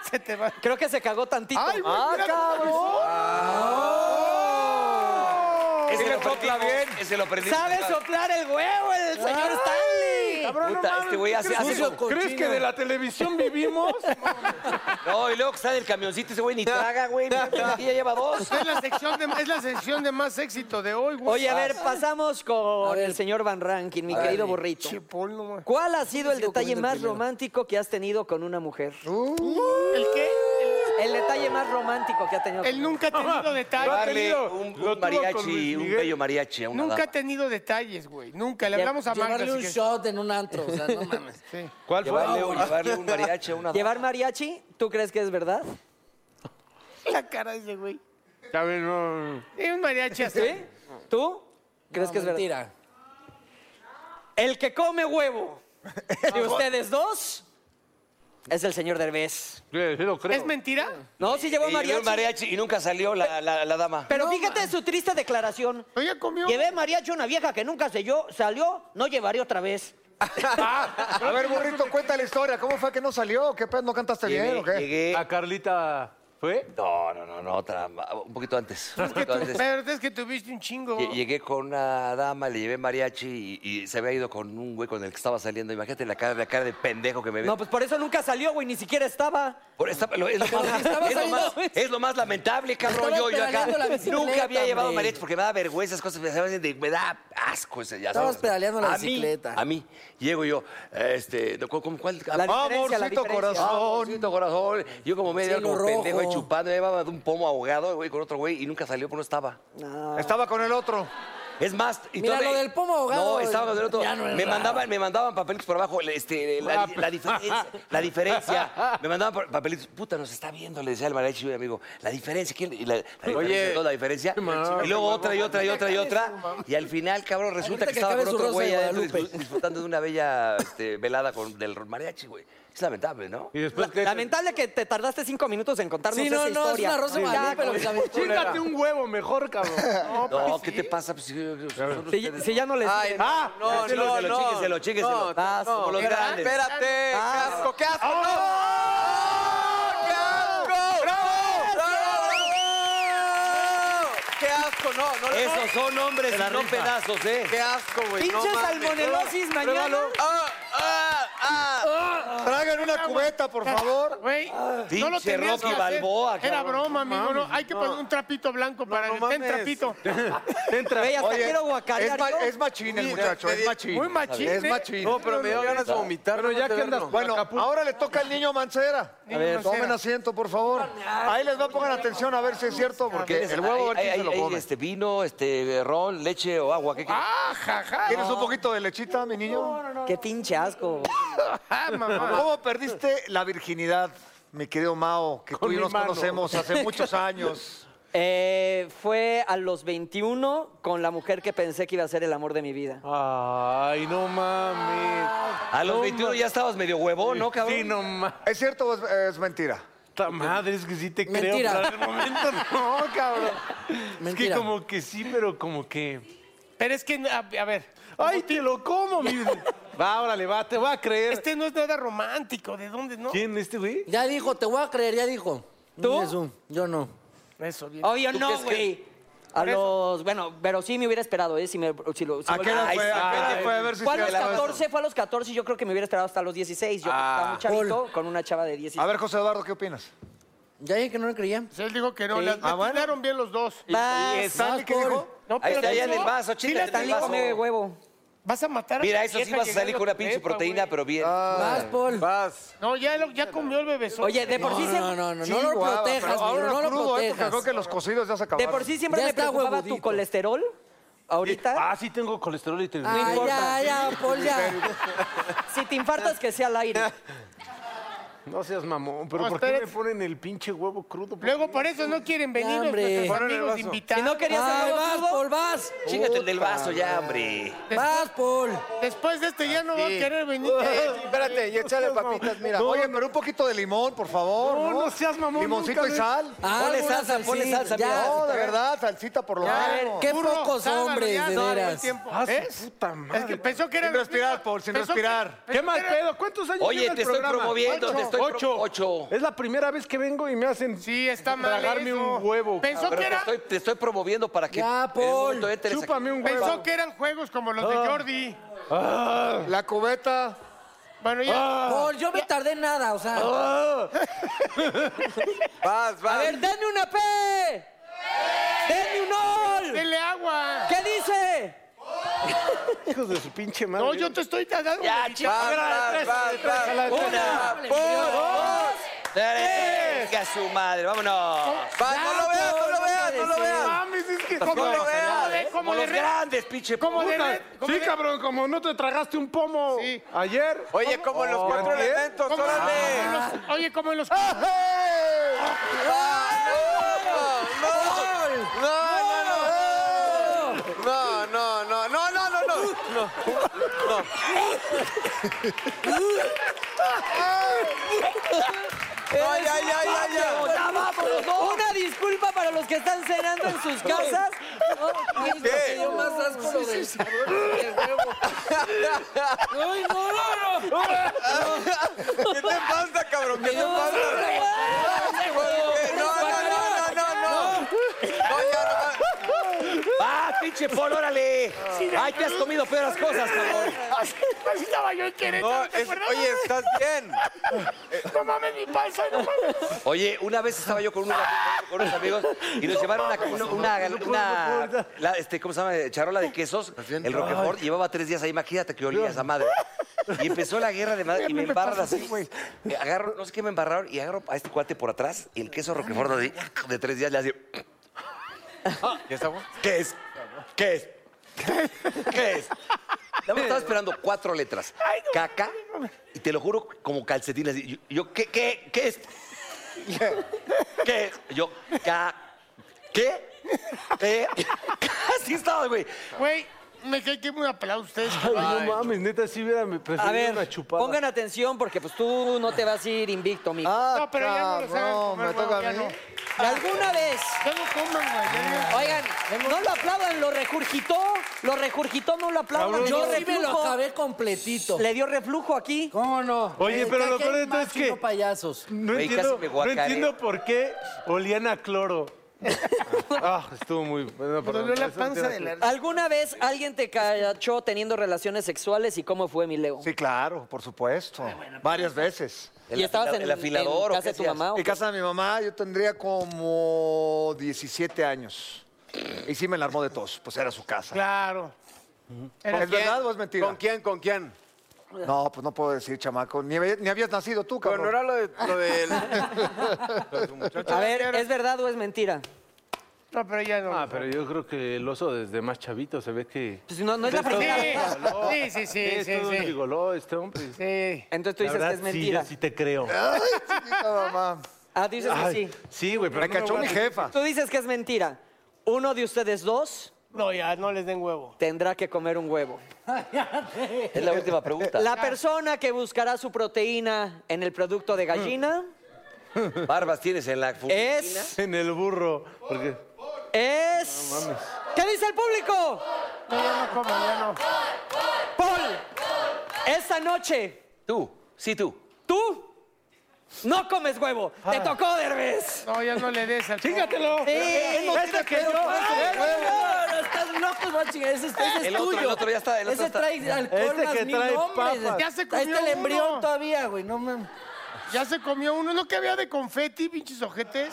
S4: se te va.
S1: Creo que se cagó tantito.
S4: Ay, güey,
S1: ¡Ah,
S4: mira cómo
S1: cabrón!
S3: Ah. Ese
S5: le
S3: lo
S5: sopla
S3: aprendimos,
S5: bien.
S3: Ese lo aprendimos.
S1: ¡Sabe soplar el huevo el señor Stanley!
S6: Cabrón, no
S3: Puta,
S6: mames,
S3: este güey hace-
S6: ¿crees,
S3: hace
S6: que-
S3: eso
S6: ¿Crees
S3: cochino.
S6: que de la televisión vivimos?
S3: No, y luego que está del camioncito ese güey ni traga, güey. Aquí ya lleva dos.
S4: Es la, sección de, es la sección de más éxito de hoy, güey.
S1: Oye, a ver, pasamos con el señor Van Rankin, mi querido borrito.
S4: Che, Paul, no mames.
S1: ¿Cuál ha sido el detalle
S4: comiendo el
S1: más
S4: primero. Uh.
S1: romántico que has tenido con una mujer?
S4: ¿El qué?
S1: El detalle más romántico que ha tenido.
S4: El, el nunca ha tenido detalles.
S3: Darle un, un mariachi, un bello mariachi a una
S4: Nunca ha
S3: dama.
S4: tenido detalles, güey. Nunca. Le hablamos a Manga.
S7: Llevarle un
S4: así que-
S7: shot en un antro, o sea, no mames.
S4: Sí.
S6: ¿Cuál fue?
S3: Llevarle, un- llevarle un mariachi a una dama.
S1: ¿Llevar mariachi? ¿Tú crees que es verdad?
S4: La cara de ese güey.
S6: Ya ven, no.
S4: Es un mariachi hasta.
S1: ¿Sí? ¿Tú? ¿Crees que es verdad?
S7: mentira.
S1: El que come huevo de ustedes dos es el señor Derbez.
S6: Sí, sí lo creo.
S4: ¿Es mentira?
S1: No, sí llevó
S3: Y llevé
S1: mariachi.
S3: un mariachi y nunca salió la, la- la dama.
S1: Pero fíjate su triste declaración.
S4: Oye, comió.
S1: Llevé mariachi a una vieja que nunca se yo, salió, no llevaré otra vez.
S5: A ver, burrito, cuenta la historia. ¿Cómo fue que no salió? ¿Qué pedo? ¿No cantaste bien o
S3: Llegué,
S5: qué?
S3: llegué,
S6: A Carlita
S3: ¿Fue? No, no, no, no, otra. ma- Un poquito antes. un
S4: Es que
S3: poquito
S4: tú-
S3: antes.
S4: la verdad es que tuviste un chingo.
S3: Lle- Llegué con una dama, le llevé mariachi y, y se había ido con un güey con el que estaba saliendo. Imagínate la cara, la cara de pendejo que me ve.
S1: No, pues por eso nunca salió, güey, ni siquiera estaba.
S3: Por esta- lo- es, lo más,
S1: Estaba
S3: es lo
S1: saliendo,
S3: más- es lo más lamentable, cabrón.
S1: Estabas
S3: Yo, yo acá
S1: pedaleando la bicicleta,
S3: nunca había llevado
S1: hombre.
S3: mariachi porque me da vergüenza, esas cosas me, hacen de- me da asco. Ese, ya
S7: Estabas
S3: sabes.
S7: pedaleando la
S3: A mí-
S7: bicicleta.
S3: a mí, llego yo, este, ¿cu- cu- ¿cuál?
S7: diferencia, la
S3: Amorcito
S7: diferencia.
S3: corazón. Amorcito corazón. Yo como medio
S7: Cielo
S3: como
S7: rojo.
S3: pendejo y chupando, llevaba de un pomo ahogado, güey, con otro güey y nunca salió, porque no estaba. Estaba con el otro. Es más, y
S7: Mira,
S3: todavía-
S7: lo del pomo ahogado,
S3: No, estaba con el otro.
S7: ya no es
S3: me,
S7: raro.
S3: mandaban, me mandaban papelitos por abajo, le- este, la, la diferencia, la diferencia. Me mandaban pa- papelitos. Puta, nos está viendo, le decía al mariachi, mi amigo. La diferencia, ¿quién? Y la, la diferencia,
S8: Oye.
S3: toda la diferencia. Y luego otra y otra y otra y otra. Y al final, cabrón, resulta
S8: Ahorita
S3: que,
S8: que
S3: estaba
S8: acabe
S3: con
S8: su
S3: otro
S8: Rosa
S3: güey
S8: de
S3: adentro
S8: Guadalupe.
S3: disfrut- disfrutando de una bella este, velada con, del mariachi, güey. Es lamentable, ¿no? Y
S1: La- Lamentable que te tardaste cinco minutos en contarnos
S3: Sí,
S1: esa
S3: no, no, es
S1: historia.
S3: una rosa de
S1: Ya,
S3: Guadalupe,
S1: güey.
S3: lo sabes. Chíngate
S6: un huevo mejor, cabrón.
S3: No, ¿qué te pasa? Pues, si,
S1: Si, si ya no le Ah,
S3: Ay,
S1: sirve.
S3: no, no, no, no, no, no,
S1: Ah,
S3: no,
S1: como los
S3: espera,
S1: grandes.
S8: Espérate, qué
S1: Ah,
S8: asco, qué asco. ¡No! ¡Qué asco! ¡Bravo! ¡Bravo! ¡Qué asco! No, no le-
S3: Esos son hombres y no pedazos, ¿eh?
S8: ¡Qué asco, güey! no
S1: Pinche
S8: mames.
S1: salmonelosis mañana.
S8: Pruébalo. ¡Ah, ah, ah! Traigan una cubeta, por favor.
S4: Güey,
S5: Ah.
S4: no lo
S8: Pinche
S4: tenías
S8: Rocky
S4: que hacer.
S8: Balboa,
S4: Era
S8: cabrón.
S4: broma,
S8: No
S4: amigo. No,
S8: mames,
S4: hay que
S8: no.
S4: poner un trapito blanco para
S8: no
S4: el ten
S8: mames.
S4: trapito.
S8: Güey, hasta Oye, quiero guacarear
S5: es, ma-
S8: yo.
S5: es machín el
S8: Sí,
S5: muchacho,
S8: me
S5: es
S8: di-
S5: machín.
S8: muy machín,
S5: Es
S8: ¿eh?
S5: machín.
S8: No, pero me dio ganas de vomitar, Pero no ya de que andas verlo. por
S5: Bueno, ahora le toca al niño Mancera.
S8: A ver.
S5: Tomen asiento, por favor. Ahí les va, pongan atención a ver si es cierto, porque
S3: ¿Tienes-
S5: el huevo a ver
S3: hay-
S5: quién
S3: hay-
S5: se lo
S3: hay,
S5: come. Ah,
S3: este vino, este ron, leche o agua, ¿qué quieres?
S5: ¿Quieres un poquito de lechita, mi niño?
S1: Qué pinche asco.
S4: Ah,
S5: ¿Cómo perdiste la virginidad, mi querido Mao, que tú
S1: Con mi
S5: y yo nos
S1: mano.
S5: conocemos hace muchos años?
S1: Eh, fue a los 21 con la mujer que pensé que iba a ser el amor de mi vida.
S6: Ay, no mames.
S3: A los 21 ya estabas medio huevón, ¿no, cabrón?
S6: Sí, no mames.
S5: ¿Es cierto o es, es mentira?
S6: Madre, es que sí te creo.
S7: Mentira.
S6: pero al momento no, cabrón. Es que
S7: Mentira.
S6: como que sí, pero como que...
S4: Pero es que, a, a ver.
S6: ¡Ay, te lo como, mi... Va, órale, va, te va a creer.
S4: Este no es nada romántico. ¿De dónde no?
S6: ¿Quién, este güey?
S7: Ya dijo, te voy a creer, ya dijo.
S1: ¿Tú?
S7: Eso, yo no.
S4: Eso, bien.
S1: Obvio
S4: ¿Tú
S1: no,
S4: crees que-
S1: güey. A los, bueno, pero sí me hubiera esperado, ¿eh? Si me, si lo, si
S5: ¿A qué edad
S1: Ay,
S5: fue? ¿A qué edad
S1: sí.
S5: fue? A ver si
S1: fue a
S5: se
S1: los
S5: acuerda.
S1: 14, fue a los 14 y yo creo que me hubiera esperado hasta los 16. Yo
S5: Ah.
S1: estaba un chavito con una chava de 16.
S5: A ver, José Eduardo, ¿qué opinas?
S7: Ya dije que no le creía.
S4: Sí, Él dijo que no.
S1: Sí.
S4: Las
S1: Ah, bueno.
S4: mezclaron bien los dos.
S1: Vas,
S5: Stanley qué
S7: vas,
S5: dijo?
S7: Paul.
S4: No,
S3: Ahí
S4: pero
S3: está, ya en el
S4: no.
S3: vaso,
S4: Sí,
S3: chíngate
S4: la
S3: en el
S4: tengo,
S3: vaso.
S4: me-
S1: come huevo.
S4: Vas a matar a
S3: Mira,
S4: tu
S3: eso sí
S4: vieja
S3: vas a salir
S4: llegando
S3: con una pinche
S4: prepa,
S3: proteína,
S4: güey.
S3: pero bien.
S7: Vas,
S5: Ah,
S7: Paul.
S8: Vas.
S4: No, ya, lo- ya comió el bebé.
S1: Oye, de por sí
S7: No,
S1: se-
S7: no, no, no, no lo
S5: Chihuahua,
S7: protejas,
S5: pero
S7: amigo,
S5: ahora
S7: no lo
S5: crudo, eh, porque
S7: protejas.
S5: creo que los cocidos ya se acabaron.
S1: De por sí siempre
S7: Ya
S1: me
S7: está
S1: preocupaba tu
S7: huevudito.
S1: colesterol. Ahorita,
S6: Ah, sí tengo colesterol y te...
S7: Ah, ya, ya, Paul, ya.
S1: si te infartas, que sea al aire.
S6: No seas mamón, pero
S4: No,
S6: ¿por qué
S4: espérate.
S6: me ponen el pinche huevo crudo?
S4: Luego por eso no quieren venir
S7: Ya,
S4: los
S7: hombre.
S4: nuestros
S7: Fueron
S8: el
S4: amigos
S8: vaso.
S4: invitados. Ah,
S1: Si no querías
S7: Ay,
S1: algo
S7: vas,
S1: crudo, Pues,
S7: Paul, vas.
S3: Chíngate Uh, el del vaso ya, hombre.
S7: Vas, Paul.
S4: Después de este ya no va a querer venir. eh,
S8: Espérate, y échale papitas, mira.
S5: Oye, pero un poquito de limón, por favor.
S6: No,
S5: No,
S6: no seas mamón,
S5: Limoncito
S6: nunca
S5: y
S6: me-
S5: sal.
S7: Ah,
S3: Ponle
S7: alguna
S3: salsa, ponle
S7: salsita,
S3: salsa,
S7: ya.
S3: mira.
S5: No, de verdad, salsita por lo
S7: A ver,
S5: menos.
S7: qué
S4: Burro,
S7: pocos
S4: sálvalo,
S7: hombres,
S4: ya,
S7: de
S4: no, no hay
S7: veras.
S4: tiempo.
S6: Ah, su
S4: ¿Ves?
S6: puta madre.
S4: Es que pensó que era...
S5: Sin respirar, Paul, sin
S4: pensó que-
S5: respirar.
S6: ¿Qué mal
S4: era-
S6: pedo? ¿Cuántos años
S3: Oye,
S6: lleva
S3: te
S6: el
S3: estoy
S6: programa?
S3: promoviendo, te estoy pro-
S6: Ocho.
S3: ocho.
S6: Es la primera vez que vengo y me hacen
S4: Sí, está mal
S6: tragarme
S4: eso.
S6: un huevo.
S4: Pensó
S3: Pero
S4: que
S3: te
S4: era...
S3: estoy, te estoy promoviendo para que
S7: Ya,
S3: en un
S7: Paul,
S3: momento este- entres aquí.
S6: Chúpame un huevo.
S4: Pensó que eran juegos como los de Jordi.
S5: La cubeta.
S4: Bueno,
S1: Ah.
S4: ya.
S7: Paul, yo me tardé en nada, o sea.
S8: Vas, vas.
S1: A ver, denme una P. Denme un OL.
S4: Denle agua.
S1: ¿Qué dice?
S6: Hijos de su pinche madre.
S4: No, yo te estoy dando.
S3: Ya,
S4: una-
S3: chica.
S6: tres, tres, a la
S3: Una,
S7: tres.
S3: por dos, tres. Que a su madre, vámonos.
S8: Vas, no lo veas, no lo veas, no lo
S6: No
S8: veas.
S6: mames, es Ah, que...
S4: Como
S8: lo
S4: de-
S8: veas,
S4: como de-
S8: ¿eh?
S4: como
S3: Como
S4: de
S3: los
S4: re-
S3: grandes, pinche
S4: como de
S3: puta.
S4: red, como
S6: Sí,
S4: de-
S6: cabrón, como no te tragaste un pomo
S4: Sí.
S6: ayer.
S8: Oye, como los cuatro
S6: ¿Antier?
S8: elementos,
S4: como- como
S8: órale.
S4: los- Oye, como en los...
S8: Ah, no, No, no, no, no, no, no, no, no, no, no, no. Ay, ay, ay, ay, ay.
S1: Ya vámonos, ¿no? Una disculpa para los que están cenando en sus casas. No, ay,
S8: ¿Qué?
S1: me dio más asco lo del sabor del huevo. Ay, no, no, no.
S8: ¿Qué te pasa, cabrón? ¿Qué te
S1: No,
S8: pasa?
S1: no, no.
S8: No, Pinche Paul, órale.
S4: Sí, de
S8: Ay, te has
S4: cruz.
S8: comido peores cosas, cabrón.
S4: Así, así estaba yo en Querétaro,
S8: No,
S4: ¿te
S8: es-
S4: acuerdas?
S8: oye, estás bien.
S4: No mames, mi panza, no mames.
S3: Oye, una vez estaba yo con, unos- con unos amigos y nos llevaron una, una, una- una- la- este, ¿cómo se llama? Charola de quesos, el Roquefort. Llevaba tres días ahí, imagínate que olía esa madre. Y empezó la guerra de madre y me embarran así, güey. Eh, Agarro, no sé qué me embarraron y agarro a este cuate por atrás y el queso Roquefort así, de tres días le hace...
S2: ¿Ya está, güey?
S3: ¿Qué es? ¿Qué es? ¿Qué es? Nada más estaba esperando cuatro letras. Caca. Y te lo juro, como calcetines. Y Yo, yo, ¿qué, qué, qué es? ¿Qué? Yo, ca, ¿qué? ¿Qué? Así estaba, güey.
S4: Güey, me cae que me aplauso ustedes.
S6: Ay, no mames, neta, sí hubiera me
S1: A
S6: preferido
S1: ver,
S6: una chupada.
S1: pongan atención porque pues tú no te vas a ir invicto, mijo.
S6: Ah.
S4: No, pero ya no los hagan comer, güey, ya no.
S1: ¿Alguna vez?
S4: Ya no coman, güey. ya no.
S1: Oigan, no lo aplaudan, lo regurgitó, lo regurgitó, no lo aplaudan.
S7: Yo
S1: dio
S7: sí me lo
S1: reflujo.
S7: acabé completito.
S1: Le dio reflujo aquí.
S7: ¿Cómo no?
S6: Oye,
S7: Eh,
S6: pero
S7: que
S6: lo
S7: aquí
S6: peor
S7: hay
S6: de todo
S7: más
S6: es
S7: y
S6: que-
S7: no payasos.
S6: No,
S3: Güey, casi
S6: entiendo,
S3: me
S6: no
S3: guacareo.
S6: entiendo por qué olían a cloro. Ah, estuvo muy... Bueno, perdón,
S4: dolió la
S6: eso no
S4: panza
S6: tiene
S4: de
S6: que-
S4: la-
S1: ¿Alguna vez alguien te cachó teniendo relaciones sexuales y cómo fue, mi Leo?
S5: Sí, claro, por supuesto. Varias veces.
S1: ¿Y estabas en
S3: el
S1: en
S3: afilador
S1: casa
S3: o qué
S1: de tu
S3: hacías?
S1: mamá? o
S5: En
S1: qué?
S5: casa de mi mamá yo tendría como 17 años. Y sí me la armó de tos, pues era su casa.
S4: Claro. Era-
S5: ¿Es verdad o es mentira?
S2: ¿Con quién? ¿Con quién?
S5: No, pues no puedo decir, chamaco. Ni, había- ni habías nacido tú,
S2: Pero no
S5: cabrón.
S2: era lo de, lo del- lo de tu muchacho.
S1: A ver, ¿es verdad o es mentira?
S4: No, pero ya no.
S6: Ah, pero yo creo que el oso desde más chavito se ve que...
S1: Pues no, no es la
S6: Esto-
S1: primera vez.
S4: Sí, sí, sí, sí,
S6: es
S4: sí.
S6: todo un
S4: sí.
S6: gigoló este hombre.
S4: Sí.
S1: Entonces tú
S6: La
S1: dices
S6: verdad,
S1: que es mentira.
S6: Sí, yo sí te creo.
S5: Chiquita mamá.
S1: Ah, dices que sí.
S6: Ay, sí, güey, pero
S5: Me
S6: no voy
S5: cachó
S6: a
S5: mi
S6: decir-
S5: jefa.
S1: Tú dices que es mentira. Uno de ustedes dos
S4: No, ya, no les den huevo.
S1: tendrá que comer un huevo.
S3: Es la última pregunta.
S1: La persona que buscará su proteína en el producto de gallina
S3: Mm. Barbas tienes en la...
S1: es...
S6: En el burro. Porque...
S1: Es... ¿Qué dice el público?
S4: No, ya no coman, ya no.
S1: Paul, esta noche
S3: Tú, sí tú.
S1: tú no comes huevo.
S4: Ah.
S1: Te tocó, Derbez.
S4: No, ya no le des al
S1: Sí, él no tiene pedo. Ay,
S7: No, no, estás loco, guachi. Ese, ese es
S3: El
S7: tuyo.
S3: otro, el otro ya está, el otro
S7: ese
S3: está.
S7: trae alcohol
S6: Este
S7: más
S6: que
S7: mil
S6: trae
S7: hombres.
S6: papas.
S4: Ya se
S7: Está
S4: comió
S7: el embrión
S4: uno.
S7: todavía, güey. No mames.
S4: Ya se comió uno, ¿no que había de confeti, pinches ojetes?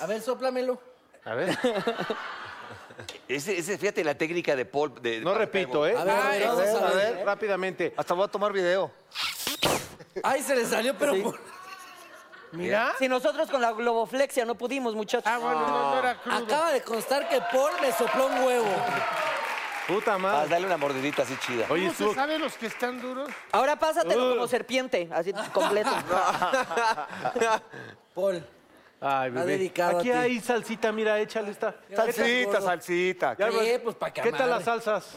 S7: A ver, sóplamelo.
S6: A ver,
S3: Ese, ese, fíjate la técnica de Paul. de-
S6: no repito, ¿eh?
S7: A ver, a ver,
S6: a
S7: vamos
S6: ver,
S7: a
S6: a
S7: ver.
S6: ver, rápidamente.
S5: Hasta voy a tomar video.
S7: Ay, se le salió, pero... por-
S4: Mira.
S1: Si nosotros con la globoflexia no pudimos, muchachos.
S4: Ah, bueno, no, no era crudo.
S7: Acaba de constar que Paul me sopló un huevo.
S6: Puta
S3: Vas,
S6: madre.
S3: dale una mordidita así chida.
S6: Oye,
S4: ¿Cómo se
S6: estuvo...
S4: sabe los que están duros?
S1: Ahora pásatelo como serpiente, así completo.
S7: Paul.
S6: Ay,
S7: Está
S6: bebé.
S7: dedicado a
S6: Aquí
S7: ti.
S6: hay salsita, mira, échale esta.
S5: Salsita,
S7: gordo.
S5: salsita.
S6: Ya,
S7: Sí,
S6: pues,
S7: pues, pa' que
S6: ¿Qué tal
S7: amarre.
S6: las salsas?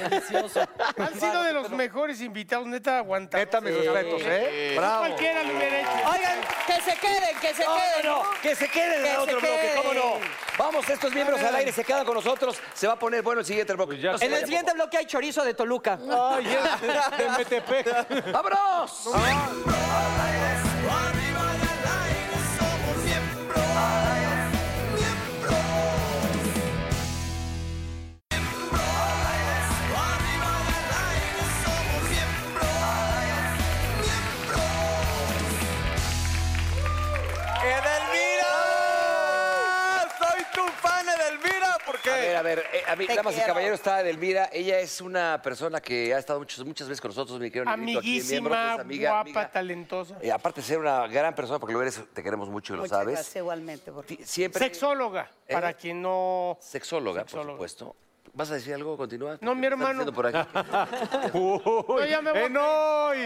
S7: Delicioso.
S4: Han sido de los mejores invitados, neta, aguantados.
S5: Neta, mis respetos, ¿eh?
S4: No
S5: Bravo.
S4: cualquiera lo hubiera hecho.
S1: Oigan, que se queden, que se queden.
S3: No, que se queden en
S1: Que
S3: el otro
S1: se
S3: bloque, ¿cómo no?
S1: queden.
S3: Vamos, estos miembros al aire se quedan con nosotros. Se va a poner bueno el siguiente bloque.
S7: Pues
S6: ya
S3: No se
S1: En el
S3: vaya,
S1: siguiente bloque hay chorizo de Toluca.
S6: Ay, es de Metepec.
S3: por favor. ¡Vámonos!
S8: ¡Edelmira! ¡Soy tu fan, Edelmira! Porque
S3: ¡Ah! A ver, a ver, eh, a mí,
S1: Te
S3: damas y
S1: quiero.
S3: caballeros, está Edelmira. Ella es una persona que ha estado muchas, muchas veces con nosotros, mi querido Negrito, aquí en miembros,
S4: Amiguísima,
S3: es amiga,
S4: guapa,
S3: amiga.
S4: talentosa.
S3: Eh, aparte de ser una gran persona, porque lo eres, te queremos mucho y lo sabes.
S9: igualmente.
S3: Ti- Siempre.
S4: Sexóloga,
S3: ¿Eh?
S4: para quien no...
S3: Sexóloga, por
S4: Sexóloga.
S3: supuesto. ¿Vas a decir algo? Continúa.
S4: No, mi
S3: ¿Qué estás
S4: hermano.
S3: diciendo por aquí?
S6: Uy,
S4: ya me voy.
S6: ¡Eh, no! y-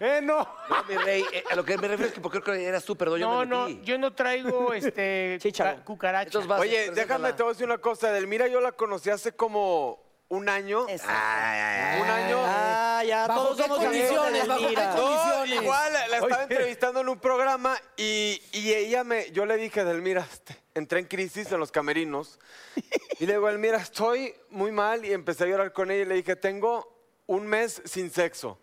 S6: ¡Eh, no!
S3: No, mi rey, eh, a lo que me refiero es que porque creo que eras tú, perdón, yo
S4: No,
S3: me
S4: no,
S3: metí.
S4: yo no traigo este
S1: Chícharo.
S4: ca- cucaracha.
S3: Entonces Pues vas,
S2: Oye,
S3: preséntala.
S2: déjame, te voy a decir una cosa. Edelmira, yo la conocí hace como un año. Un año.
S1: Ah, ya,
S7: ¿Bajo
S1: todos
S7: qué
S1: somos
S7: condiciones?
S1: amigos de
S7: ¿Bajo qué
S1: Elvira.
S7: condiciones?
S2: No,
S7: Bendiciones.
S2: igual la estaba entrevistando en un programa y, y ella me, yo le dije, Delmira, este, entré en crisis en los camerinos. Y le digo, Delmira, estoy muy mal y empecé a llorar con ella y le dije, tengo un mes sin sexo.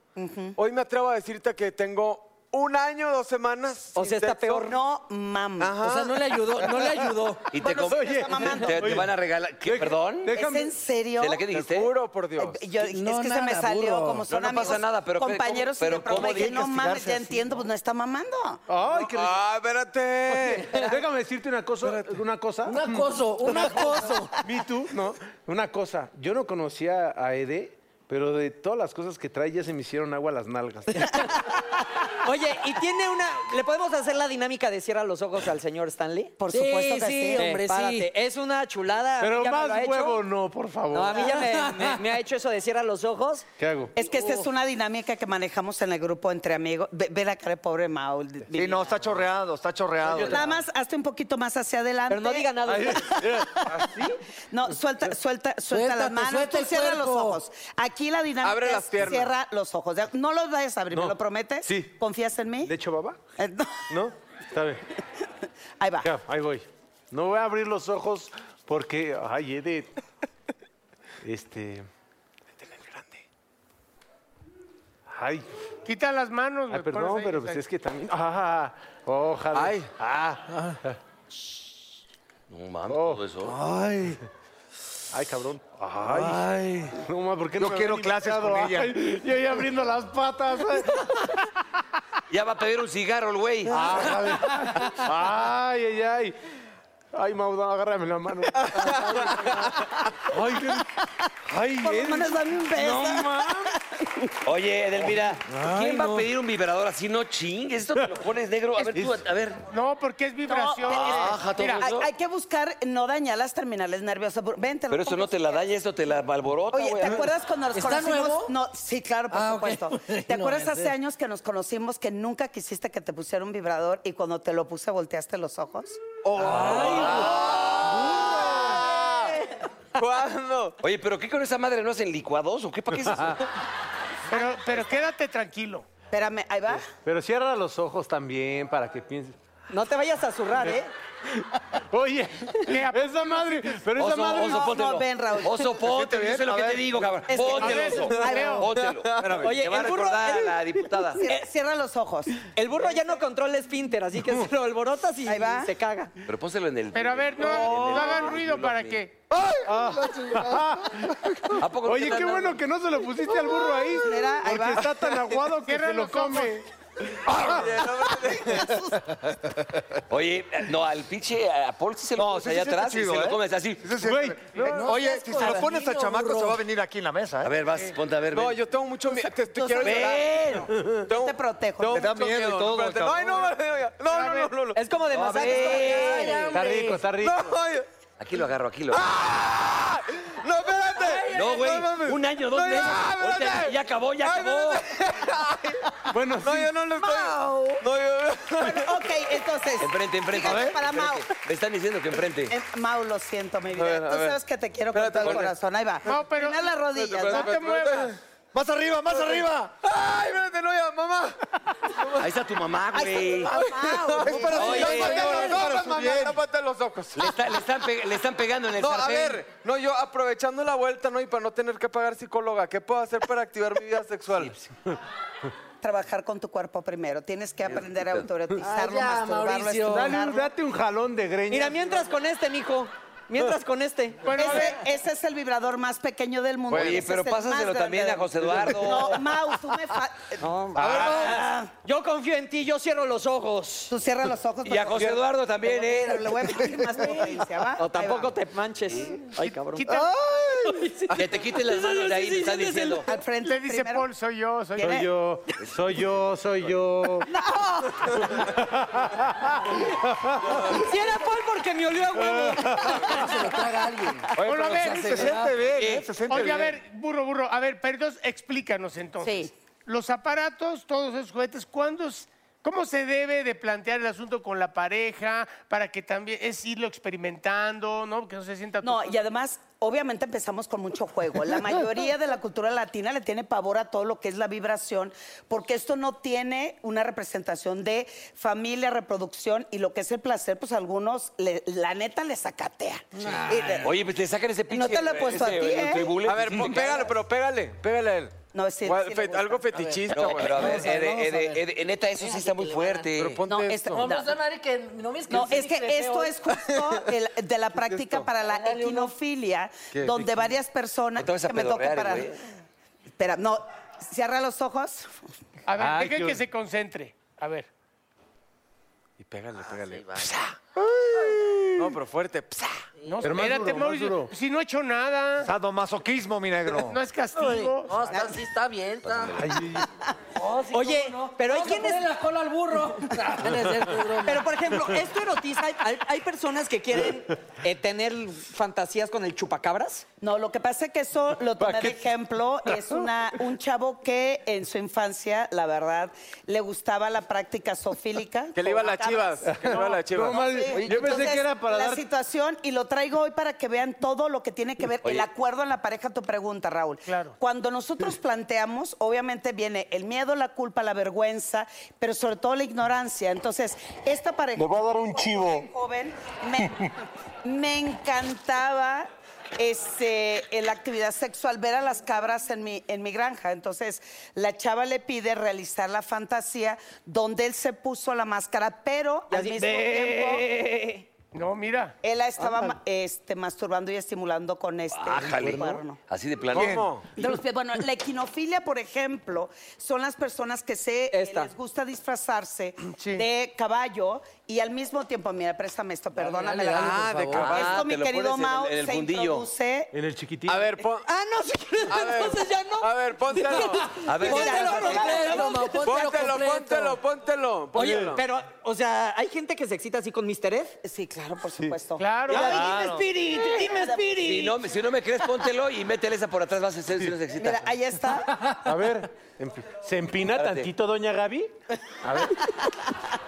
S2: Hoy me atrevo a decirte que tengo un año, dos semanas.
S1: O sea, está peor.
S2: No mames.
S7: O sea, no le ayudó, no le
S1: Ah.
S7: ayudó.
S3: Y te, com-
S7: oye,
S3: te- te,
S7: oye.
S3: van a regalar. ¿Qué? ¿Perdón?
S9: ¿Es en serio?
S3: ¿De la que dijiste? juro por Dios.
S9: Yo- es que se me salió como son
S3: no, no
S9: amigos,
S3: pasa nada, pero ¿qué- cómo-
S9: compañeros y
S3: pero
S9: de broma,
S3: ¿cómo
S9: dije,
S3: dices?
S9: no mames, ya
S6: castigarse así,
S9: entiendo, pues no está mamando.
S6: Ay, qué
S2: Ah, espérate.
S6: Déjame decirte una cosa. ¿Una cosa?
S7: Un acoso, un acoso.
S6: ¿Y tú? No, una cosa. Yo no conocía a Ede, pero de todas las cosas que trae ya se me hicieron agua las nalgas.
S1: Oye, y tiene una. ¿Le podemos hacer la dinámica de cierra los ojos al señor Stanley?
S9: Por supuesto que sí.
S1: hombre, sí. Es una chulada. a mí
S6: Pero
S1: ya me lo ha
S6: más
S1: hecho.
S6: huevo no, por favor.
S1: No, a mí ya me, me- me ha hecho eso de cierra los ojos.
S6: ¿Qué hago?
S9: Es que esta es una dinámica que manejamos en el grupo entre amigos. Ve, ve la cara de pobre Maul.
S5: Sí, no, está chorreado, está chorreado.
S9: Nada más, hazte un poquito más hacia adelante.
S1: Pero no diga nada. Ay,
S9: No, suelta, suelta, suelta las
S7: Suéltate,
S9: manos.
S7: suelta
S9: tú
S7: el
S9: cierra los
S7: cuerpo.
S9: ojos. Aquí la dinámica
S2: Abre las
S9: es
S2: piernas.
S9: cierra los ojos. Ya, No los vayas a abrir, ¿me
S6: No.
S9: lo prometes?
S6: Sí.
S9: ¿Confías en mí?
S6: ¿De hecho, baba?
S9: Eh, no.
S6: ¿No? Está bien.
S9: Ahí va.
S6: Ya, ahí voy. No voy a abrir los ojos porque. Ay, Ede. Este. Ay,
S4: Quita las manos,
S6: ay,
S4: güey,
S6: perdón,
S4: pones ahí,
S6: pero pues es que también. Ah, ojalá.
S3: Ay.
S6: Ah.
S3: No mames, todo eso.
S6: Ay. Ay, cabrón. Ay. No, ma, ¿por qué no
S5: Yo
S6: me
S5: quiero
S6: habían
S5: clases
S6: invitado?
S5: con ella.
S6: Ay, yo ya abriendo las patas. ay.
S3: Ya va a pedir un cigarro el güey.
S6: Ah,
S3: Ah.
S6: Ay, ay, ay. Ay, Mauda, agárrame la mano. Ay, qué... Ay,
S9: Por lo
S6: Ed.
S9: menos dame un beso.
S6: No, mames.
S3: Oye, Edelmira, ¿quién va a pedir un vibrador así? No chingues, esto te lo pones negro. A ver, tú, a ver.
S4: No, porque es vibración.
S3: Baja todo
S9: Mira, hay,
S3: eso.
S9: hay que buscar no dañar las terminales nerviosas. Ven, te lo
S3: Pero eso no
S9: pongo.
S3: te la daña, esto te la malborota,
S9: Oye,
S3: güey.
S9: ¿te acuerdas cuando nos
S7: ¿Está
S9: conocimos?
S7: nuevo?
S9: No, sí, claro, por
S7: Ah, ok.
S9: supuesto. ¿Te
S7: No,
S9: acuerdas
S7: ya
S9: hace
S7: sé.
S9: años que nos conocimos que nunca quisiste que te pusiera un vibrador y cuando te lo puse volteaste los ojos?
S2: ¿Cuándo?
S3: Oye, ¿pero qué con esa madre no hacen licuados o qué? ¿Para qué es eso?
S4: Pero, pero quédate tranquilo.
S9: Espérame, ahí va.
S6: Pero cierra los ojos también para que pienses.
S1: No te vayas a zurrar, ¿eh?
S6: Oye, esa madre, pero esa
S3: Oso,
S6: madre.
S3: oso, póntelo.
S9: no, ven, Raúl.
S3: Oso, póntelo, eso es lo que te digo, cabrón.
S9: Es que-
S3: Póntelo, oso.
S9: Leo.
S3: Póntelo. Espérame,
S1: Oye,
S3: te va a
S1: el burro-
S3: recordar a
S1: el-
S3: la diputada.
S9: Cier- Cierra los ojos.
S1: El burro ya no controla esfínter, así que se lo alborotas y
S9: Ahí va.
S1: se caga.
S3: Pero pónselo en el...
S4: Pero a ver, no, no hagan ruido para que.
S3: ¿A poco no
S6: Oye,
S3: te la
S6: qué
S3: dan?
S6: bueno que no se lo pusiste al burro ahí.
S9: Mira, ahí
S6: Porque
S9: va.
S6: está tan aguado que
S4: Cierra
S6: se lo
S4: los ojos.
S6: come.
S3: Oye, no, al pinche a Paul sí se lo pones
S5: sí,
S3: allá
S5: sí, está
S3: atrás y
S5: chido,
S3: se lo
S5: ¿eh?
S3: comes así.
S6: Güey,
S5: Oye, si se lo pones a
S7: niño,
S5: chamaco,
S7: burro.
S5: se va a venir aquí en la mesa,
S3: A
S5: ¿eh?
S3: ver, vas, ponte a ver.
S2: No,
S3: ven.
S2: yo tengo mucho miedo. Te, te
S9: tú
S2: quiero
S9: sabes-
S2: llorar. Tengo-
S9: Te protejo.
S2: tengo
S5: Te da
S2: mucho
S5: miedo y todo,
S2: espérate. No, ay, no, no, no, no, no, no.
S1: Es como de
S3: No,
S1: masaje.
S3: ve.
S1: Ay, ya,
S6: Está
S1: hombre.
S6: rico, está rico.
S2: No, ay,
S3: Aquí lo agarro, aquí lo agarro.
S1: ¡Ah!
S2: no, espérate.
S3: No, güey,
S2: mames.
S3: un año, dos
S2: No,
S3: meses.
S2: ya,
S3: Ahorita
S2: espérate.
S3: ya acabó, ya
S2: Ay,
S3: acabó.
S6: Bueno, sí.
S2: No, yo no lo estoy. No, yo.
S9: Bueno, ok, entonces.
S3: Enfrente, enfrente.
S9: fíjate
S3: A ver,
S9: para Mau.
S3: enfrente. Me están diciendo que enfrente.
S9: Eh, Mau, lo siento, mi vida.
S2: A ver, a
S9: Tú
S2: ver.
S9: sabes que te quiero con
S2: Espérate,
S9: todo el
S2: espérate.
S9: corazón. Ahí va.
S4: No, pero-
S9: Primero las rodillas,
S2: Espérate,
S9: ¿no?
S4: No te
S2: espérate,
S4: muevas.
S5: ¡Más arriba, más arriba!
S2: Ay, espérate, no, ya, mamá.
S3: Ahí está tu mamá, güey.
S9: Ay, Mau.
S5: ¡Es para su
S3: Oye,
S5: bien,
S2: Tápate los
S5: señora, es para
S2: ojos,
S5: su
S2: mamá,
S5: bien!
S2: tápate los ojos.
S3: Le, está- le están pe- le están pegando en el
S2: No, a
S3: sartén.
S2: ver, no, yo aprovechando la vuelta, ¿no? Y para no tener que pagar psicóloga, ¿qué puedo hacer para activar mi vida sexual?
S9: Trabajar con tu cuerpo primero. Tienes que aprender a
S7: Ay,
S9: autorizarlo,
S7: ya,
S9: masturbarlo,
S7: Mauricio.
S6: Dale,
S9: estimularlo.
S6: un- date un jalón de greña.
S1: Mira, mientras con este, mijo. Mientras con este.
S4: Bueno, a
S9: Ese,
S4: ver.
S9: ese es el vibrador más pequeño del mundo.
S3: Oye,
S9: y ese
S3: pero
S1: Este
S9: es el más
S3: pásaselo
S9: grande
S3: también
S9: del
S3: a José
S9: mundo.
S3: Eduardo. Ah.
S9: No, Mau, tú me fa-
S1: pues, Yo confío en ti, yo cierro los ojos.
S9: Tú cierra los ojos.
S3: Y a José Eduardo también, ¿eh?
S9: Pero le voy a pedir más potencia, ¿va?
S1: O
S9: Ahí
S1: tampoco
S9: va.
S1: te manches. Ay, cabrón.
S4: Quita-
S3: Que te quiten las manos de ahí, me están diciendo.
S9: Al frente
S4: Le dice
S9: primero.
S4: Paul, soy yo, soy yo.
S6: Soy yo, soy yo, soy yo.
S1: Si era Paul porque me olió a huevo.
S7: Se lo traga alguien.
S4: Bueno, a ver,
S7: se
S4: se
S7: siente
S4: siente bien,
S3: ¿eh?
S4: se siente Oye, a ver, burro, burro, a ver, pero entonces explícanos entonces.
S9: Sí.
S4: Los aparatos, todos esos juguetes, ¿cuándo es- ¿Cómo se debe de plantear el asunto con la pareja para que también es irlo experimentando, ¿no? Que no se sienta...
S9: No,
S4: tu-
S9: y además, obviamente empezamos con mucho juego. La mayoría de la cultura latina le tiene pavor a todo lo que es la vibración, porque esto no tiene una representación de familia, reproducción y lo que es el placer, pues a algunos, le- la neta, le sacatea. Y de-
S3: Oye, pues te sacan ese
S9: No
S3: pinche.
S9: te lo he puesto a ti, ¿eh?
S3: tribule.
S2: A ver,
S3: pues, Sí,
S2: pon-
S3: te cagas.
S2: pégale, pero pégale, pégale a él.
S9: No, sí,
S2: Guau,
S9: sí le
S2: fe-
S9: gusta.
S2: algo fetichista,
S3: No,
S2: güey.
S3: pero a ver,
S2: Vamos a ver,
S3: Ede,
S2: vamos a
S3: Ede,
S2: ver.
S3: Ede, Ede, neta, eso sí está muy fuerte.
S2: Pero ponte
S9: esta-
S2: esto.
S9: no.
S10: madre que no me
S9: No, es que
S10: ¿eh?
S9: esto es justo el- de la práctica
S3: esto?
S9: para la equinofilia,
S3: ¿Qué?
S9: donde varias personas
S3: No te vas a
S9: que me toca
S3: pedorrear,
S9: para.
S3: güey.
S9: Espera, no, cierra los ojos.
S4: A ver,
S9: Ay,
S4: dejen
S9: qué-
S4: que se concentre. A ver.
S2: Y pégale, pégale. Psa. no, pero fuerte. Psa.
S4: No,
S2: Pero más
S4: espérate,
S2: duro, más
S4: Mauricio.
S2: duro.
S4: Si no he hecho nada.
S5: Sadomasoquismo, mi negro.
S4: No es castigo.
S10: No, está, sí está bien. Está.
S1: Oye, pero hay quienes...
S10: la cola al burro.
S1: Pero, por ejemplo, esto erotiza. Hay, hay personas que quieren eh, tener fantasías con el chupacabras.
S9: No, lo que pasa es que eso lo tomé de ejemplo. Es una, un chavo que en su infancia, la verdad, le gustaba la práctica zoofílica.
S2: Que le iba a las chivas, que le iba a las chivas. No, mal, yo pensé que era para
S9: la
S2: dar-
S9: situación, y lo traigo hoy para que vean todo lo que tiene que ver
S2: Oye.
S9: el acuerdo en la pareja, tu pregunta, Raúl. Claro. Cuando nosotros planteamos, obviamente viene el miedo, la culpa, la vergüenza, pero sobre todo la ignorancia. Entonces, esta pareja...
S8: Le voy a dar un chivo.
S9: Joven, me, me encantaba este, eh, la actividad sexual, ver a las cabras en mi, en mi granja. Entonces, la chava le pide realizar la fantasía donde él se puso la máscara, pero al
S4: así,
S9: mismo
S4: "Ve".
S9: tiempo.
S4: No, mira.
S9: Él la estaba ma- este, masturbando y estimulando con este
S6: Ah,
S3: Ájale.
S9: cuerno.
S3: Así de plano.
S9: De los pies. Bueno, la equinofilia, por ejemplo, son las personas que se eh, les gusta disfrazarse de caballo y al mismo tiempo, mira, préstame esto, perdóname.
S3: dale,
S9: la-
S3: dale, por
S9: Ah, de
S3: favor.
S9: caballo.
S3: Ah,
S9: Esto, mi
S3: te lo
S9: querido
S3: pones en el-
S9: Mao,
S3: en el
S9: se
S3: fundillo.
S9: introduce.
S6: En el chiquitito.
S2: A ver, pon.
S9: Ah, no, si quieres, entonces ya no.
S2: A ver, póntelo.
S3: A ver,
S1: Póntelo completo, Mau, póntelo
S2: póntelo,
S1: completo.
S2: póntelo, póntelo,
S1: Oye,
S2: póntelo.
S1: pero, o sea, ¿hay gente que se excita así con Mr. Ed?
S9: Sí, claro, por supuesto.
S4: Claro.
S1: Ay,
S3: Claro.
S1: Spirit, dime Spirit.
S3: Si no, si no me crees, póntelo y métele esa por atrás, vas a ser si no se excita.
S9: Mira, ahí está.
S6: A ver, empi- ¿se empina
S3: Espérate.
S6: tantito, doña Gaby? A ver.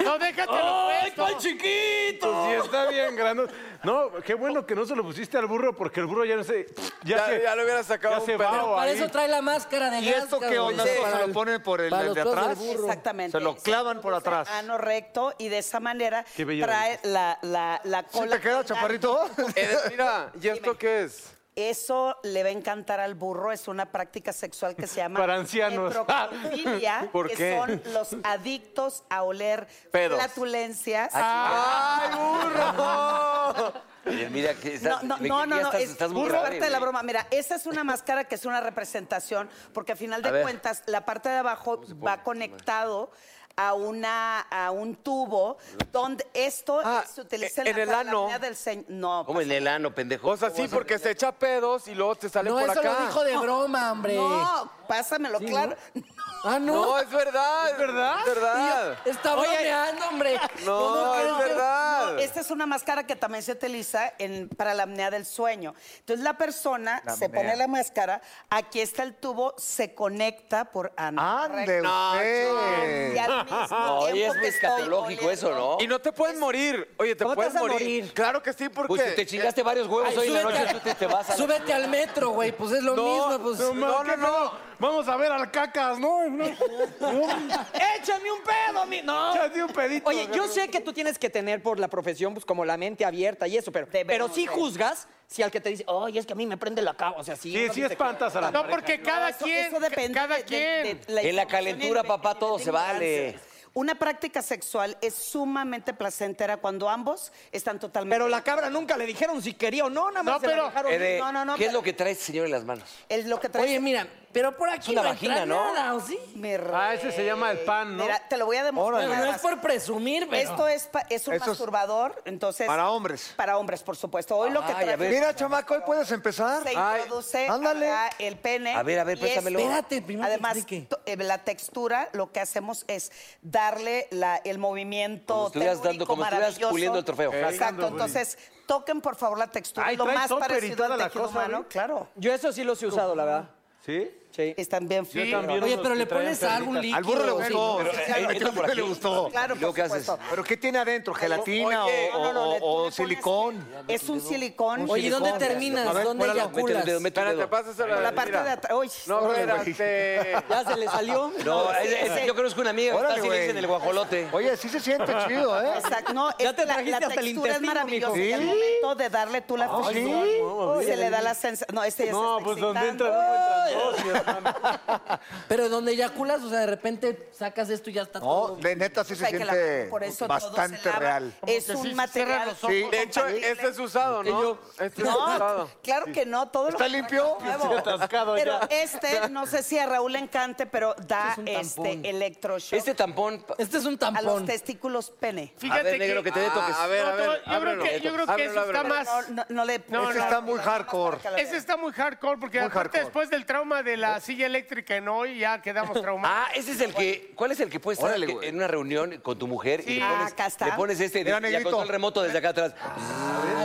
S4: No, déjate.
S6: ¡Ay, cuál chiquito! sí, está bien, grande. No, qué bueno que no se lo pusiste al burro, porque el burro ya no se. Ya,
S2: Ya-
S6: se,
S2: ya le hubiera sacado
S6: ya
S2: un
S6: se
S2: pedo.
S6: va
S2: Pero
S6: o
S10: Para
S6: ahí.
S10: eso trae la máscara de
S5: ¿Y esto
S10: Nazca, güey.
S5: qué onda?
S10: Sí.
S5: ¿Se lo ponen por el,
S10: para
S5: el
S10: los
S5: de
S10: pelos del
S5: atrás?
S10: burro.
S9: Exactamente. Ah,
S5: Se lo clavan por atrás.
S9: Ano recto y de esa manera
S5: Qué bello
S9: trae la, la, la cola.
S5: te queda, chaparrito?
S2: Eh, mira, ¿y esto qué es?
S9: Eso le va a encantar al burro, es una práctica sexual que se llama
S6: Para ancianos.
S9: necrocofilia,
S6: ¿Por
S9: que
S6: qué?
S9: son los adictos a oler
S3: Pedos.
S9: flatulencias.
S3: Ah,
S9: burro!
S3: Oye, Mira, que estás,
S9: no,
S3: ve que
S9: no,
S3: ya
S9: no, no,
S3: estás,
S9: es,
S3: estás
S9: es
S3: muy grave,
S9: parte de la
S3: güey.
S9: broma. Mira, esa es una máscara que es una representación, porque al final
S3: A
S9: de
S3: ver.
S9: cuentas, la parte de abajo va conectado a una a un tubo donde esto se utiliza en,
S2: en
S9: la
S2: el ano.
S9: parafernalia del señor. No,
S3: ¿Cómo en el ano, pendejo?
S2: O sea, sí, porque se echa pedos y luego te sale
S10: No,
S2: por
S10: eso
S2: acá.
S10: lo dijo de broma, hombre.
S9: no, pásamelo, claro.
S10: Ah, no.
S2: No, es verdad. ¿Es verdad? Es verdad.
S10: Está bromeando, hombre.
S2: No,
S10: ¿Cómo
S2: es
S10: crees que-
S2: verdad.
S9: No, esta es una máscara que también se utiliza en- para la apnea del sueño. Entonces la persona
S5: La
S9: se
S5: apnea.
S9: pone la máscara, aquí está el tubo, se conecta por ano.
S5: Ande
S9: recto.
S5: usted.
S9: Y al mismo tiempo
S3: Oye, es muy
S9: que estoy
S3: escatológico
S9: oliendo-
S3: eso, ¿no?
S2: Y no te puedes morir. Oye, te
S1: ¿Cómo te
S2: puedes
S1: vas a
S2: morir?
S1: morir?
S2: Claro que sí, porque.
S3: Pues si te chingaste varios huevos
S10: Ay,
S3: hoy en la
S10: súbete
S3: noche,
S10: al-
S3: tú te, te vas a...
S10: Súbete al metro, güey. Pues es lo mismo. Pues.
S6: No, ma,
S2: No,
S6: qué
S2: no, no.
S6: pedo. Vamos a ver al cacas, ¿no? no.
S1: ¡Échame un pedo, mi! ¡No!
S6: Échate un pedito.
S1: Oye, yo sé que tú tienes que tener por la profesión, pues como la mente abierta y eso, pero, pero
S9: Debemos
S1: sí
S9: de.
S1: juzgas si al que te dice, ¡ay, es que a mí me prende la cama! O sea, sí.
S6: Sí,
S1: uno
S6: sí
S1: dice,
S6: espantas a la
S4: No,
S6: pareja.
S4: porque
S9: No,
S4: cada
S9: eso-
S4: quien.
S9: eso depende
S4: Cada
S9: de- de-
S4: quien.
S9: de la
S3: En la
S9: información
S3: calentura,
S9: y de-
S3: papá,
S9: y de
S3: todo
S9: la
S3: se vale.
S9: ignorancia. Una práctica sexual es sumamente placentera cuando ambos están totalmente.
S1: Pero la cabra nunca le dijeron si quería o no, nada más
S4: No,
S1: se la
S4: pero-
S1: dejaron ir.
S3: Ede,
S9: No, no, no.
S3: Eh, ¿Qué es
S9: pero
S3: lo que trae este señor en las manos?
S9: es lo que trae.
S10: Oye, mira, pero por aquí
S3: una
S10: no entra
S3: vagina, ¿no?
S10: nada, ¿o sí?
S9: Mi
S6: Ah, ese se llama el pan, ¿no?
S9: Mira, te lo voy a demostrar.
S10: Pero no
S9: nada
S10: es
S9: más.
S10: por presumir, pero...
S9: Esto es, pa- es un
S5: Eso es-
S9: masturbador, entonces.
S5: Para hombres.
S9: Para hombres, por supuesto. Hoy lo que
S3: Ay, a
S9: trae
S3: ver.
S5: Mira, chamaco, hoy puedes empezar.
S9: se
S5: Ay,
S9: introduce
S5: ándale.
S9: acá el pene.
S3: A ver, a ver,
S9: y es-
S3: préstamelo.
S10: Espérate, primero que
S9: Además,
S10: explique.
S9: to- eh, la textura, lo que hacemos es darle la- el movimiento
S3: Como estuvieras
S9: telúrico
S3: dando- como estuvieras
S9: maravilloso.
S3: puliendo el trofeo.
S9: Exacto,
S6: Sacando,
S9: entonces toquen por favor la textura,
S6: Ay,
S9: lo
S6: trae
S9: más
S6: topper y
S9: parecido
S6: toda
S9: al
S6: la
S9: tejido
S6: cosa,
S9: humano,
S6: ¿eh?
S9: claro.
S1: Yo eso sí los he usado, la verdad.
S6: ¿Sí?
S1: Sí.
S9: Están bien fríos.
S6: también.
S10: Oye,
S6: unos
S10: pero
S6: que
S10: le pones
S6: traen
S10: algo, un líquido.
S5: Al burro
S10: sí,
S5: le gustó.
S10: no,
S5: Al burro le gustó.
S9: Claro,
S3: ¿Y luego
S9: por
S3: qué haces?
S9: supuesto.
S5: ¿Pero qué tiene adentro? ¿Gelatina
S2: Oye,
S5: o,
S2: no, no,
S5: o-
S9: Le- tú
S5: o
S9: le pones-
S5: silicón?
S9: Es un silicón.
S10: Oye, ¿y ¿dónde
S5: silicón.
S10: terminas?
S5: A ver,
S10: ¿Dónde
S5: cuélalo,
S3: Mete el dedo,
S10: eyaculas?
S3: mete el
S2: Espérate,
S3: dedo.
S2: pásasela.
S9: Por la parte
S2: mira.
S9: de atrás. Uy,
S2: No,
S9: órale, güey.
S2: espérate.
S1: ¿Ya se le salió?
S3: No,
S9: sí,
S3: es- es-
S9: sí.
S3: yo conozco una amiga que está
S5: Órale,
S3: así le
S5: güey.
S3: dicen el guajolote.
S5: Oye, sí se siente chido, ¿eh?
S9: Exacto. No,
S1: Ya
S9: es
S1: te
S9: la- la,
S1: trajiste hasta el
S9: textura es
S1: intestino,
S9: maravillosa.
S1: mijo.
S9: y al
S5: ¿Sí?
S9: momento de darle tú la
S5: Ah,
S9: fricción,
S5: ¿sí?
S9: se le da la sensación. No, este ya se
S6: No,
S9: está
S6: pues donde
S9: excitando.
S6: entra no entra.
S10: Pero donde eyaculas, o sea, de repente sacas esto y ya está
S8: No,
S10: todo.
S8: de neta sí
S9: pues
S10: O
S8: se
S10: sea, que la-
S8: siente
S10: por eso todo se
S8: bastante
S10: lava.
S8: real.
S9: Es un material.
S2: Sí. De hecho, este es usado, ¿no?
S9: Y yo-
S2: Este es
S9: No,
S2: usado.
S9: claro que no. Todo
S2: ¿Está limpio?
S9: Nuevo.
S2: Está atascado
S9: Pero
S2: ya.
S9: este, no sé si a Raúl le encante, pero da este electroshock. Este
S3: tampón.
S9: Este es un tampón. A los testículos pene.
S3: Fíjate ver, negro, que- que te
S4: Ah,
S3: dé toques.
S2: A ver, a ver,
S4: yo creo que, yo creo que eso está más.
S9: No, no le.
S4: No,
S5: Ese
S4: no,
S5: está
S4: no,
S5: muy hardcore.
S4: Ese está muy hardcore porque
S5: Muy
S4: aparte
S5: hardcore.
S4: después del trauma de la silla eléctrica en hoy ya quedamos traumados.
S3: Ah, ese es el que. ¿Cuál es el que puedes estar en- en una reunión con tu mujer
S4: Sí.
S3: y le
S4: Ah,
S3: pones,
S4: acá está.
S3: le pones este
S4: Mira,
S3: y a
S4: negrito.
S3: control remoto desde acá atrás?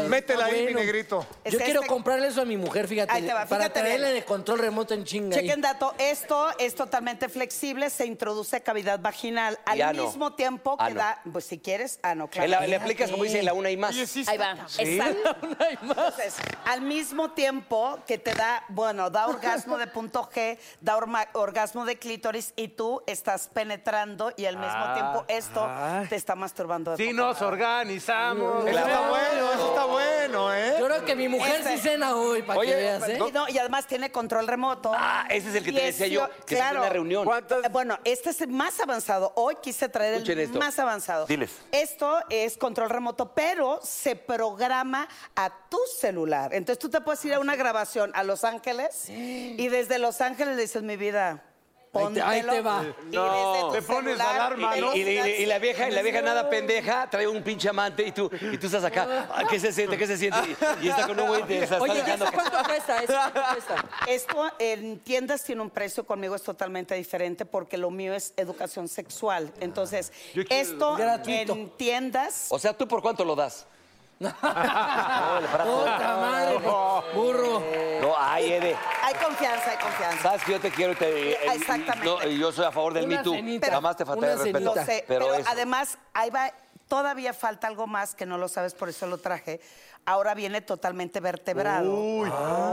S5: Métela ahí,
S10: bueno.
S5: mi negrito.
S10: Yo
S9: Es
S10: quiero
S9: este-
S10: comprarle eso a mi mujer, fíjate.
S9: Ahí te va,
S10: para
S9: fíjate bien.
S10: traerle de control remoto en chinga. ahí.
S9: Chequen dato, esto es totalmente flexible, se introduce a cavidad vaginal al
S3: ah,
S10: Y ano.
S9: mismo tiempo que
S10: Ano.
S9: da, pues si quieres, ano, claro.
S3: Le- le aplicas, como dicen, la una y más. Oye, sí
S9: Ahí
S3: está.
S9: va.
S3: ¿Sí?
S9: Exacto. Entonces, al mismo tiempo que te da, bueno, da orgasmo de punto G, da orma- orgasmo de clítoris y tú estás penetrando y al mismo
S6: Ah,
S9: tiempo esto te está masturbando. de
S6: Sí,
S9: poca
S6: nos
S9: madre.
S6: organizamos.
S9: Eso está bueno, eso está
S5: bueno, ¿eh?
S10: Yo creo que mi mujer
S9: Este-
S10: sí cena hoy, para que veas, ¿eh?
S9: y no, y además tiene control remoto. Ah,
S3: ese es el que te decía yo, que se hace una reunión.
S9: Bueno, este es el más avanzado. Hoy quise traer
S3: Escuchen
S9: el
S3: esto.
S9: más avanzado.
S3: Diles.
S9: Esto es control remoto, pero se programa a tu celular. Entonces tú te puedes ir a una grabación a Los Ángeles y desde Los Ángeles le dices, mi vida,
S10: Ahí te-
S9: póntelo.
S10: ahí te va.
S9: Y desde tu
S3: Te pones
S9: celular,
S3: Y- y- Y, y la vieja, y la vieja nada pendeja, trae un pinche amante y tú, y tú estás acá. "Ah, ¿Qué se siente? ¿Qué se siente? Y, y está con un güey de se está
S9: Oye,
S3: dejando.
S9: ¿eso cuánto cuesta? ¿Eso cuánto cuesta? Esto en tiendas tiene un precio, conmigo es totalmente diferente porque lo mío es educación
S6: Ah.
S9: sexual. Entonces, esto en tiendas
S3: O sea, ¿tú por cuánto lo das?
S9: Puta madre,
S3: burro. No, ay, Ede.
S9: hay confianza, hay confianza.
S3: Sabes que yo te quiero y te. y- y-
S9: Exactamente.
S3: no, y yo soy a favor del Me Too. Jamás te faltaré
S9: falta
S3: el respeto.
S9: pero
S3: Pero, eso.
S9: además, ahí va, todavía falta algo más que no lo sabes, por eso lo traje. Ahora viene totalmente vertebrado.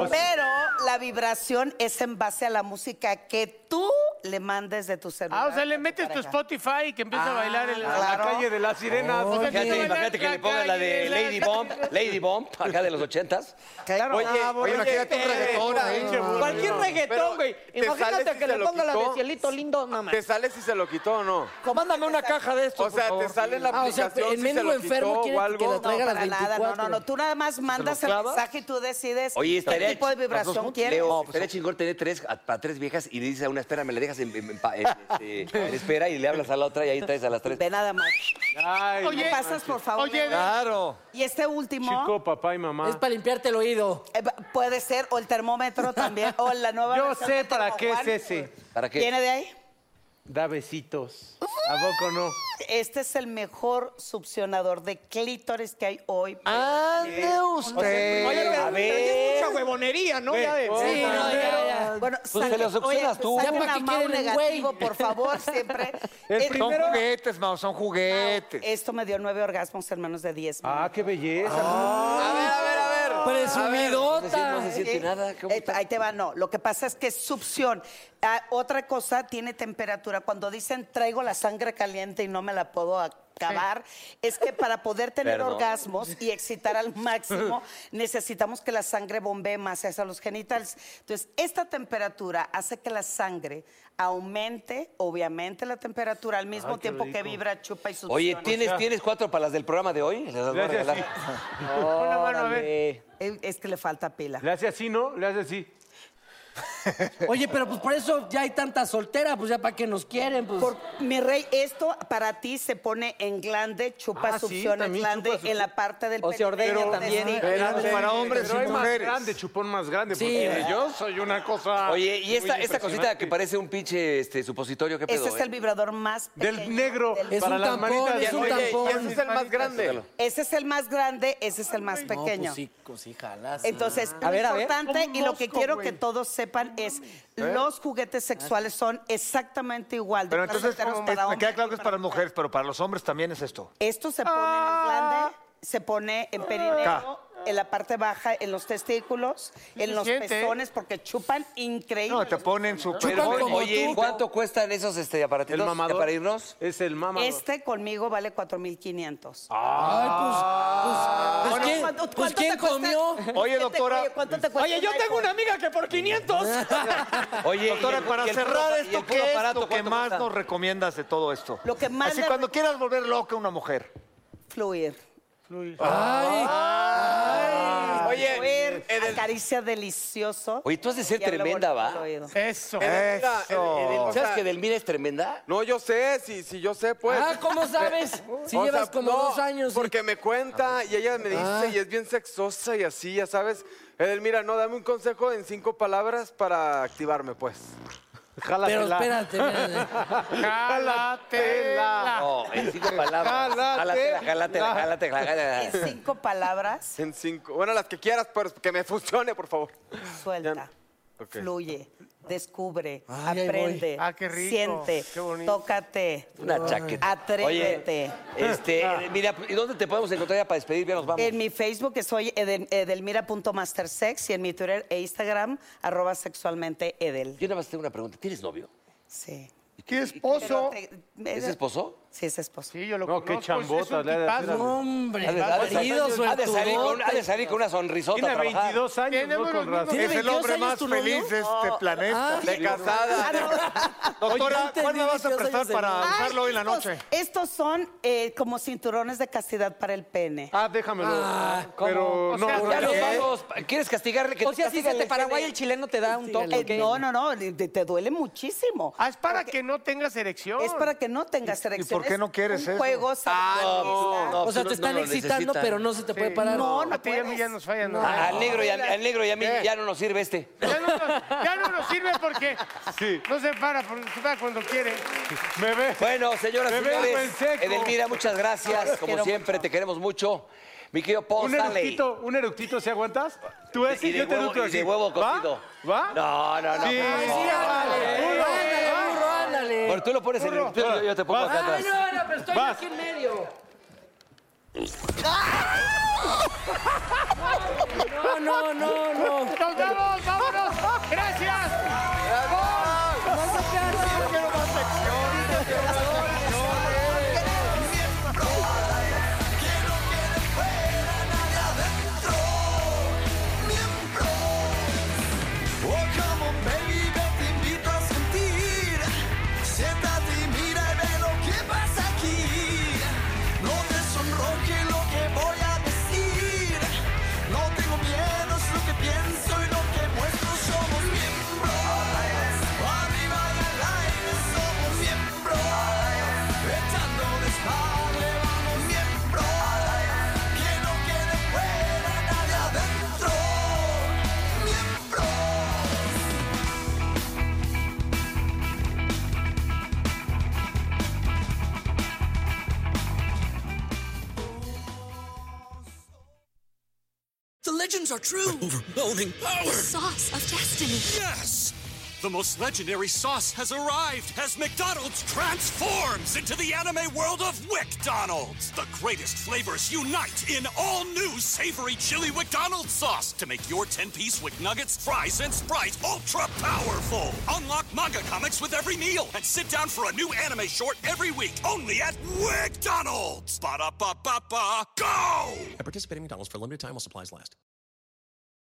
S9: Pero la vibración es en base a la música que tú le mandes de tu celular.
S4: Ah, o sea, le
S9: a tu
S4: metes tu
S9: pareja. Ah,
S4: Spotify y que empieza a bailar
S3: Ah,
S4: en la,
S9: claro.
S6: calle de las sirenas.
S4: O sea,
S3: Fíjate,
S4: que tú bailas
S3: imagínate que
S4: la
S3: le pongan la de
S4: calle
S3: Lady Bomb, Lady Bomb, acá de los ochentas.
S9: Claro. Ah,
S3: Oye, oye, imagínate
S2: eh,
S3: un reggaetón ahí.
S1: Cualquier reggaetón, güey.
S2: ¿te sales
S1: Imagínate
S2: si
S1: que
S2: se
S1: le
S2: lo
S1: ponga la de
S2: quitó?
S1: cielito lindo, mamá.
S2: ¿Te sale si se lo quitó o no?
S1: Mándame una caja de esto.
S2: O sea, te sale en la
S1: Ah, o sea,
S2: aplicación
S1: el
S2: si se
S1: mendigo
S2: lo
S1: enfermo
S2: quitó
S1: quiere
S2: o
S1: que
S2: algo.
S1: le traiga
S9: No,
S1: las
S9: para nada, no, no, no. Tú nada más mandas el
S3: clavas?
S9: mensaje y tú decides
S3: Oye, estaría,
S9: qué tipo de vibración quieres. pues,
S3: Leo, estaría chingón tener tres, a, a tres viejas y le dices a una, espera, me la dejas en, en- en pa- en- este, en espera y le hablas a la otra y ahí traes a las tres.
S9: Ve nada más.
S4: Oye,
S9: ¿Me pasas, por favor?
S4: oye,
S9: Leo?
S6: Claro.
S9: Y este último
S6: Chico, papá y
S10: Es
S6: mamá.
S10: para limpiarte el oído.
S9: eh, va- puede ser, o el termómetro también, o la nueva
S6: Yo
S9: versión
S6: sé
S9: del
S6: para qué es
S9: termojuan.
S6: ese.
S3: ¿Para qué?
S9: ¿Viene de ahí?
S6: Da besitos. ¿A poco no?
S9: Este es el mejor succionador de clítoris que hay hoy. pues, eh,
S6: Ande
S9: usted.
S1: Oye, pero,
S3: A
S1: pero
S3: ver.
S1: ya es mucha huevonería, ¿no? Ya de-
S3: Sí,
S10: no, ya, ya.
S9: Bueno,
S3: Pues se lo succionas tú.
S9: Ya
S10: Ya para
S9: para
S10: que queden, güey.
S9: negativo, por favor, siempre. Eh,
S5: Son juguetes, Mao, son juguetes.
S9: Esto me dio nueve orgasmos en menos de diez.
S6: Ah, qué belleza.
S3: A ver, a ver, a ver.
S9: Presumidota.
S3: No se siente nada. ¿cómo
S9: Eh, ahí te va, no. Lo que pasa es que es succión. Ah, otra cosa tiene temperatura. Cuando dicen traigo la sangre caliente y no me la puedo acabar, es que para poder tener
S3: Perdón.
S9: orgasmos y excitar al máximo, necesitamos que la sangre bombee más hacia los genitales. Entonces, esta temperatura hace que la sangre aumente, obviamente, la temperatura al mismo
S6: Ay, Ah, qué
S9: tiempo que
S6: rico.
S9: vibra, chupa y succiona.
S3: Oye, ¿tienes, ¿tienes cuatro para las del programa de hoy? Las voy a
S6: Gracias,
S3: regalar.
S4: Pon la mano, a ver.
S3: Órale.
S9: Eh, Es que le falta pila.
S6: Le hace así, ¿no? Le hace así.
S10: Oye, pero pues por eso ya hay tantas solteras, pues ya para que nos quieren, pues.
S9: Por- mi rey, esto para ti se pone en glande, chupa,
S6: Ah, sí,
S9: succiona, en
S6: también
S9: glande,
S6: chupa, succiona.
S9: en la parte del
S3: Oh,
S1: O se ordena
S9: pene,
S1: también.
S9: sí.
S6: Espérate,
S5: para hombres
S6: pero
S5: y
S6: hay
S5: mujeres.
S6: más grande, chupón más grande.
S10: Sí,
S6: porque
S10: ¿verdad?
S6: yo soy una cosa.
S3: Oye, ¿y esta,
S6: muy
S3: esta cosita
S6: impresionante.
S3: que parece un pinche este, supositorio? ¿Qué pedo?
S9: Ese es
S3: eh?
S9: el vibrador más pequeño.
S6: Del negro
S9: del-
S6: para
S10: un
S6: las
S10: tampón,
S6: manitas.
S10: es un
S6: Oye,
S10: tampón.
S6: y ese es el más grande.
S9: Ese es el más grande, ese es el más pequeño.
S10: sí, pues sí, jalas. Ah.
S9: Entonces, lo
S1: ver, a ver.
S9: importante
S4: Como un
S9: y lo que
S4: mosco,
S9: quiero
S4: güey.
S9: que todos sepan es los juguetes sexuales son exactamente igual. de
S5: Pero entonces,
S9: placenteros para
S5: es- me queda
S9: hombres
S5: claro
S9: y
S5: que es
S9: para
S5: para mujeres, pero para los hombres también es esto.
S8: Ah.
S9: Esto se pone en el glande, se pone en perineo, en la parte baja, en los testículos,
S4: Sí
S9: en
S4: se
S9: los
S4: siente.
S9: pezones, porque chupan increíble. No, te
S5: ponen su
S3: eh? Oye, ¿cuánto cuestan esos este, aparatitos?
S9: ¿El mamador?
S3: ¿Ya para irnos?
S6: Es el mamador.
S9: Este conmigo vale 4.500.
S8: Ay, pues, pues, pues, ¿quién-
S9: ¿cuánto-
S8: pues,
S9: cuánto
S8: ¿quién
S9: te cuesta?
S8: comió? Oye, doctora.
S9: Este, Oye, ¿cuánto te cuesta
S8: Oye,
S9: un
S8: yo tengo
S9: iPhone?
S8: una amiga que por 500.
S3: Oye,
S5: Doctora,
S8: y el-
S5: para
S8: y el puro
S5: cerrar
S8: apa- y el
S5: esto,
S8: puro
S5: ¿qué es
S8: aparato,
S5: lo que
S8: cuánto
S5: más
S8: cuesta?
S5: nos recomiendas de todo esto?
S9: Lo que más
S5: Así
S9: le-
S5: cuando quieras volver loca a una mujer.
S9: Fluir.
S4: Fluir.
S9: Oye,
S3: Oye,
S9: acaricia delicioso.
S3: Oye, tú has de ser
S9: Y habla
S3: tremenda,
S9: bonito
S3: ¿va?
S9: al oído.
S4: Eso.
S3: Edelmira,
S5: eh,
S9: Eso.
S3: Edel- Edel- ¿Sabes
S9: O sea-
S3: que Delmira es tremenda?
S2: No, yo sé, si, si yo sé, pues.
S3: Ah, ¿cómo sabes? Si llevas como dos
S2: años. Porque me cuenta y ella me dice
S3: Ah.
S2: y es bien sexosa y así, ya sabes. Edelmira, no, dame un consejo en cinco palabras para activarme, pues.
S8: Jálatela. espérate,
S4: Jálatela.
S3: No, en cinco palabras. Jálatela, jálatela, jálatela,
S9: En cinco palabras,
S2: En cinco. Bueno, las que quieras, pero que me funcione, por favor.
S9: suelta,
S2: Ok.
S9: fluye, descubre,
S2: Ay, ahí
S9: aprende,
S2: voy. Ah, qué rico,
S9: siente,
S2: qué bonito.
S9: tócate,
S3: Una chaqueta.
S9: atrévete.
S3: Oye, este, mira, ¿y dónde te podemos encontrar ya para despedir? Ya nos vamos.
S9: En mi Facebook que soy Edel- edelmira.mastersex y en mi Twitter e Instagram arroba sexualmente edel.
S3: Yo nada más tengo una pregunta. ¿Tienes novio?
S9: Sí.
S4: ¿Qué esposo?
S5: Eh,
S3: ¿Es esposo?
S9: Sí, es esposo.
S4: Sí, yo lo
S3: No, qué
S4: conozco. es- es un
S3: chambotas le ha de hacer
S4: tipazo.
S3: al- Hombre, Ha de- ha de- bandido, ha de suertudote. salir con- ha de salir con una sonrisota
S6: Tiene
S3: a trabajar.
S6: 22 años, ¿no?
S4: Tenemos los
S6: Con
S4: mismos-
S6: razón.
S4: ¿Tiene 22 años tu novio? Oh. Ah.
S5: De casada. Doctora, ¿cuál me vas a prestar para
S9: Ay,
S5: usarlo hoy en la
S9: estos-
S5: noche?
S9: Estos son eh, como cinturones de castidad para el pene.
S6: Ah, déjamelo. Pero no, no,
S3: ya
S6: no.
S3: nos vamos. ¿Quieres castigarle? Que
S1: O sea, si
S3: castiga
S1: desde
S3: el
S1: Paraguay
S3: pene?
S1: el chileno te da un toque. ¿ok?
S9: no, no, no, te, te duele muchísimo.
S4: Ah, es para que no tengas erección.
S9: Es para que no tengas
S4: por
S9: erección.
S4: qué
S9: Es
S4: no quieres
S9: un
S4: eso?
S9: juego
S3: Ah, no, no,
S9: satanista.
S3: O sea, te no, están no lo excitando, necesitan. pero no se te puede parar.
S4: No, no,
S3: No
S4: a ti y a mí ya nos fallan. ¿no?
S3: Ah, Al negro, y a, al negro y a mí
S4: ¿Qué?
S3: ya no nos sirve este.
S4: Ya no, nos- ya no nos sirve porque no se para, por- se para cuando quiere.
S3: Bueno, señoras y
S4: Me veo en
S3: señores,
S4: seco.
S3: Edelmira, muchas
S4: Los
S3: gracias. Como
S4: quiero
S3: siempre, te queremos mucho. Mi querido Paul
S6: Un
S3: Stanley.
S6: eructito, un eructito, ¿se aguantas? Tú
S3: Y-
S6: ese,
S3: y de
S6: yo te
S3: huevo-
S6: eructo
S3: y de
S6: así.
S3: huevo
S6: ¿Va?
S3: cocido.
S6: ¿Va?
S3: No, no, no.
S6: Sí.
S3: Ay, sí,
S6: Ándale,
S3: ándale,
S6: burro,
S3: ándale,
S6: va.
S3: burro, ándale. Bueno, tú lo pones en el
S6: Burro.
S3: eructito, yo, yo te pongo
S6: Vas.
S3: acá atrás.
S6: Ay, no, no,
S10: pero estoy
S6: Vas.
S10: aquí en medio.
S8: No, no, no, no.
S4: ¡Nos vamos, vámonos! ¡Gracias!
S8: Oh, come on, baby, yo te invito a sentir. Siéntate y mira y ve lo que pasa aquí. No te sonroje lo que voy a decir. No tengo miedo, es lo que pienso y lo que muestro. Somos miembros. Arriba y al aire somos miembros. Echando desmadre, vamos miembros. Que no quede fuera nadie adentro.
S11: The legends are true.
S12: Overwhelming power!
S11: The sauce of destiny.
S12: Yes! The most legendary sauce has arrived as McDonald's transforms into the anime world of WickDonald's. The greatest flavors unite in all new savory chili McDonald's sauce to make your 10-piece Wick Nuggets, fries, and Sprite ultra-powerful. Unlock manga comics with every meal and sit down for a new anime short every week only at WickDonald's. Ba-da-ba-ba-ba, go!
S13: At participating McDonald's for a limited time while supplies last.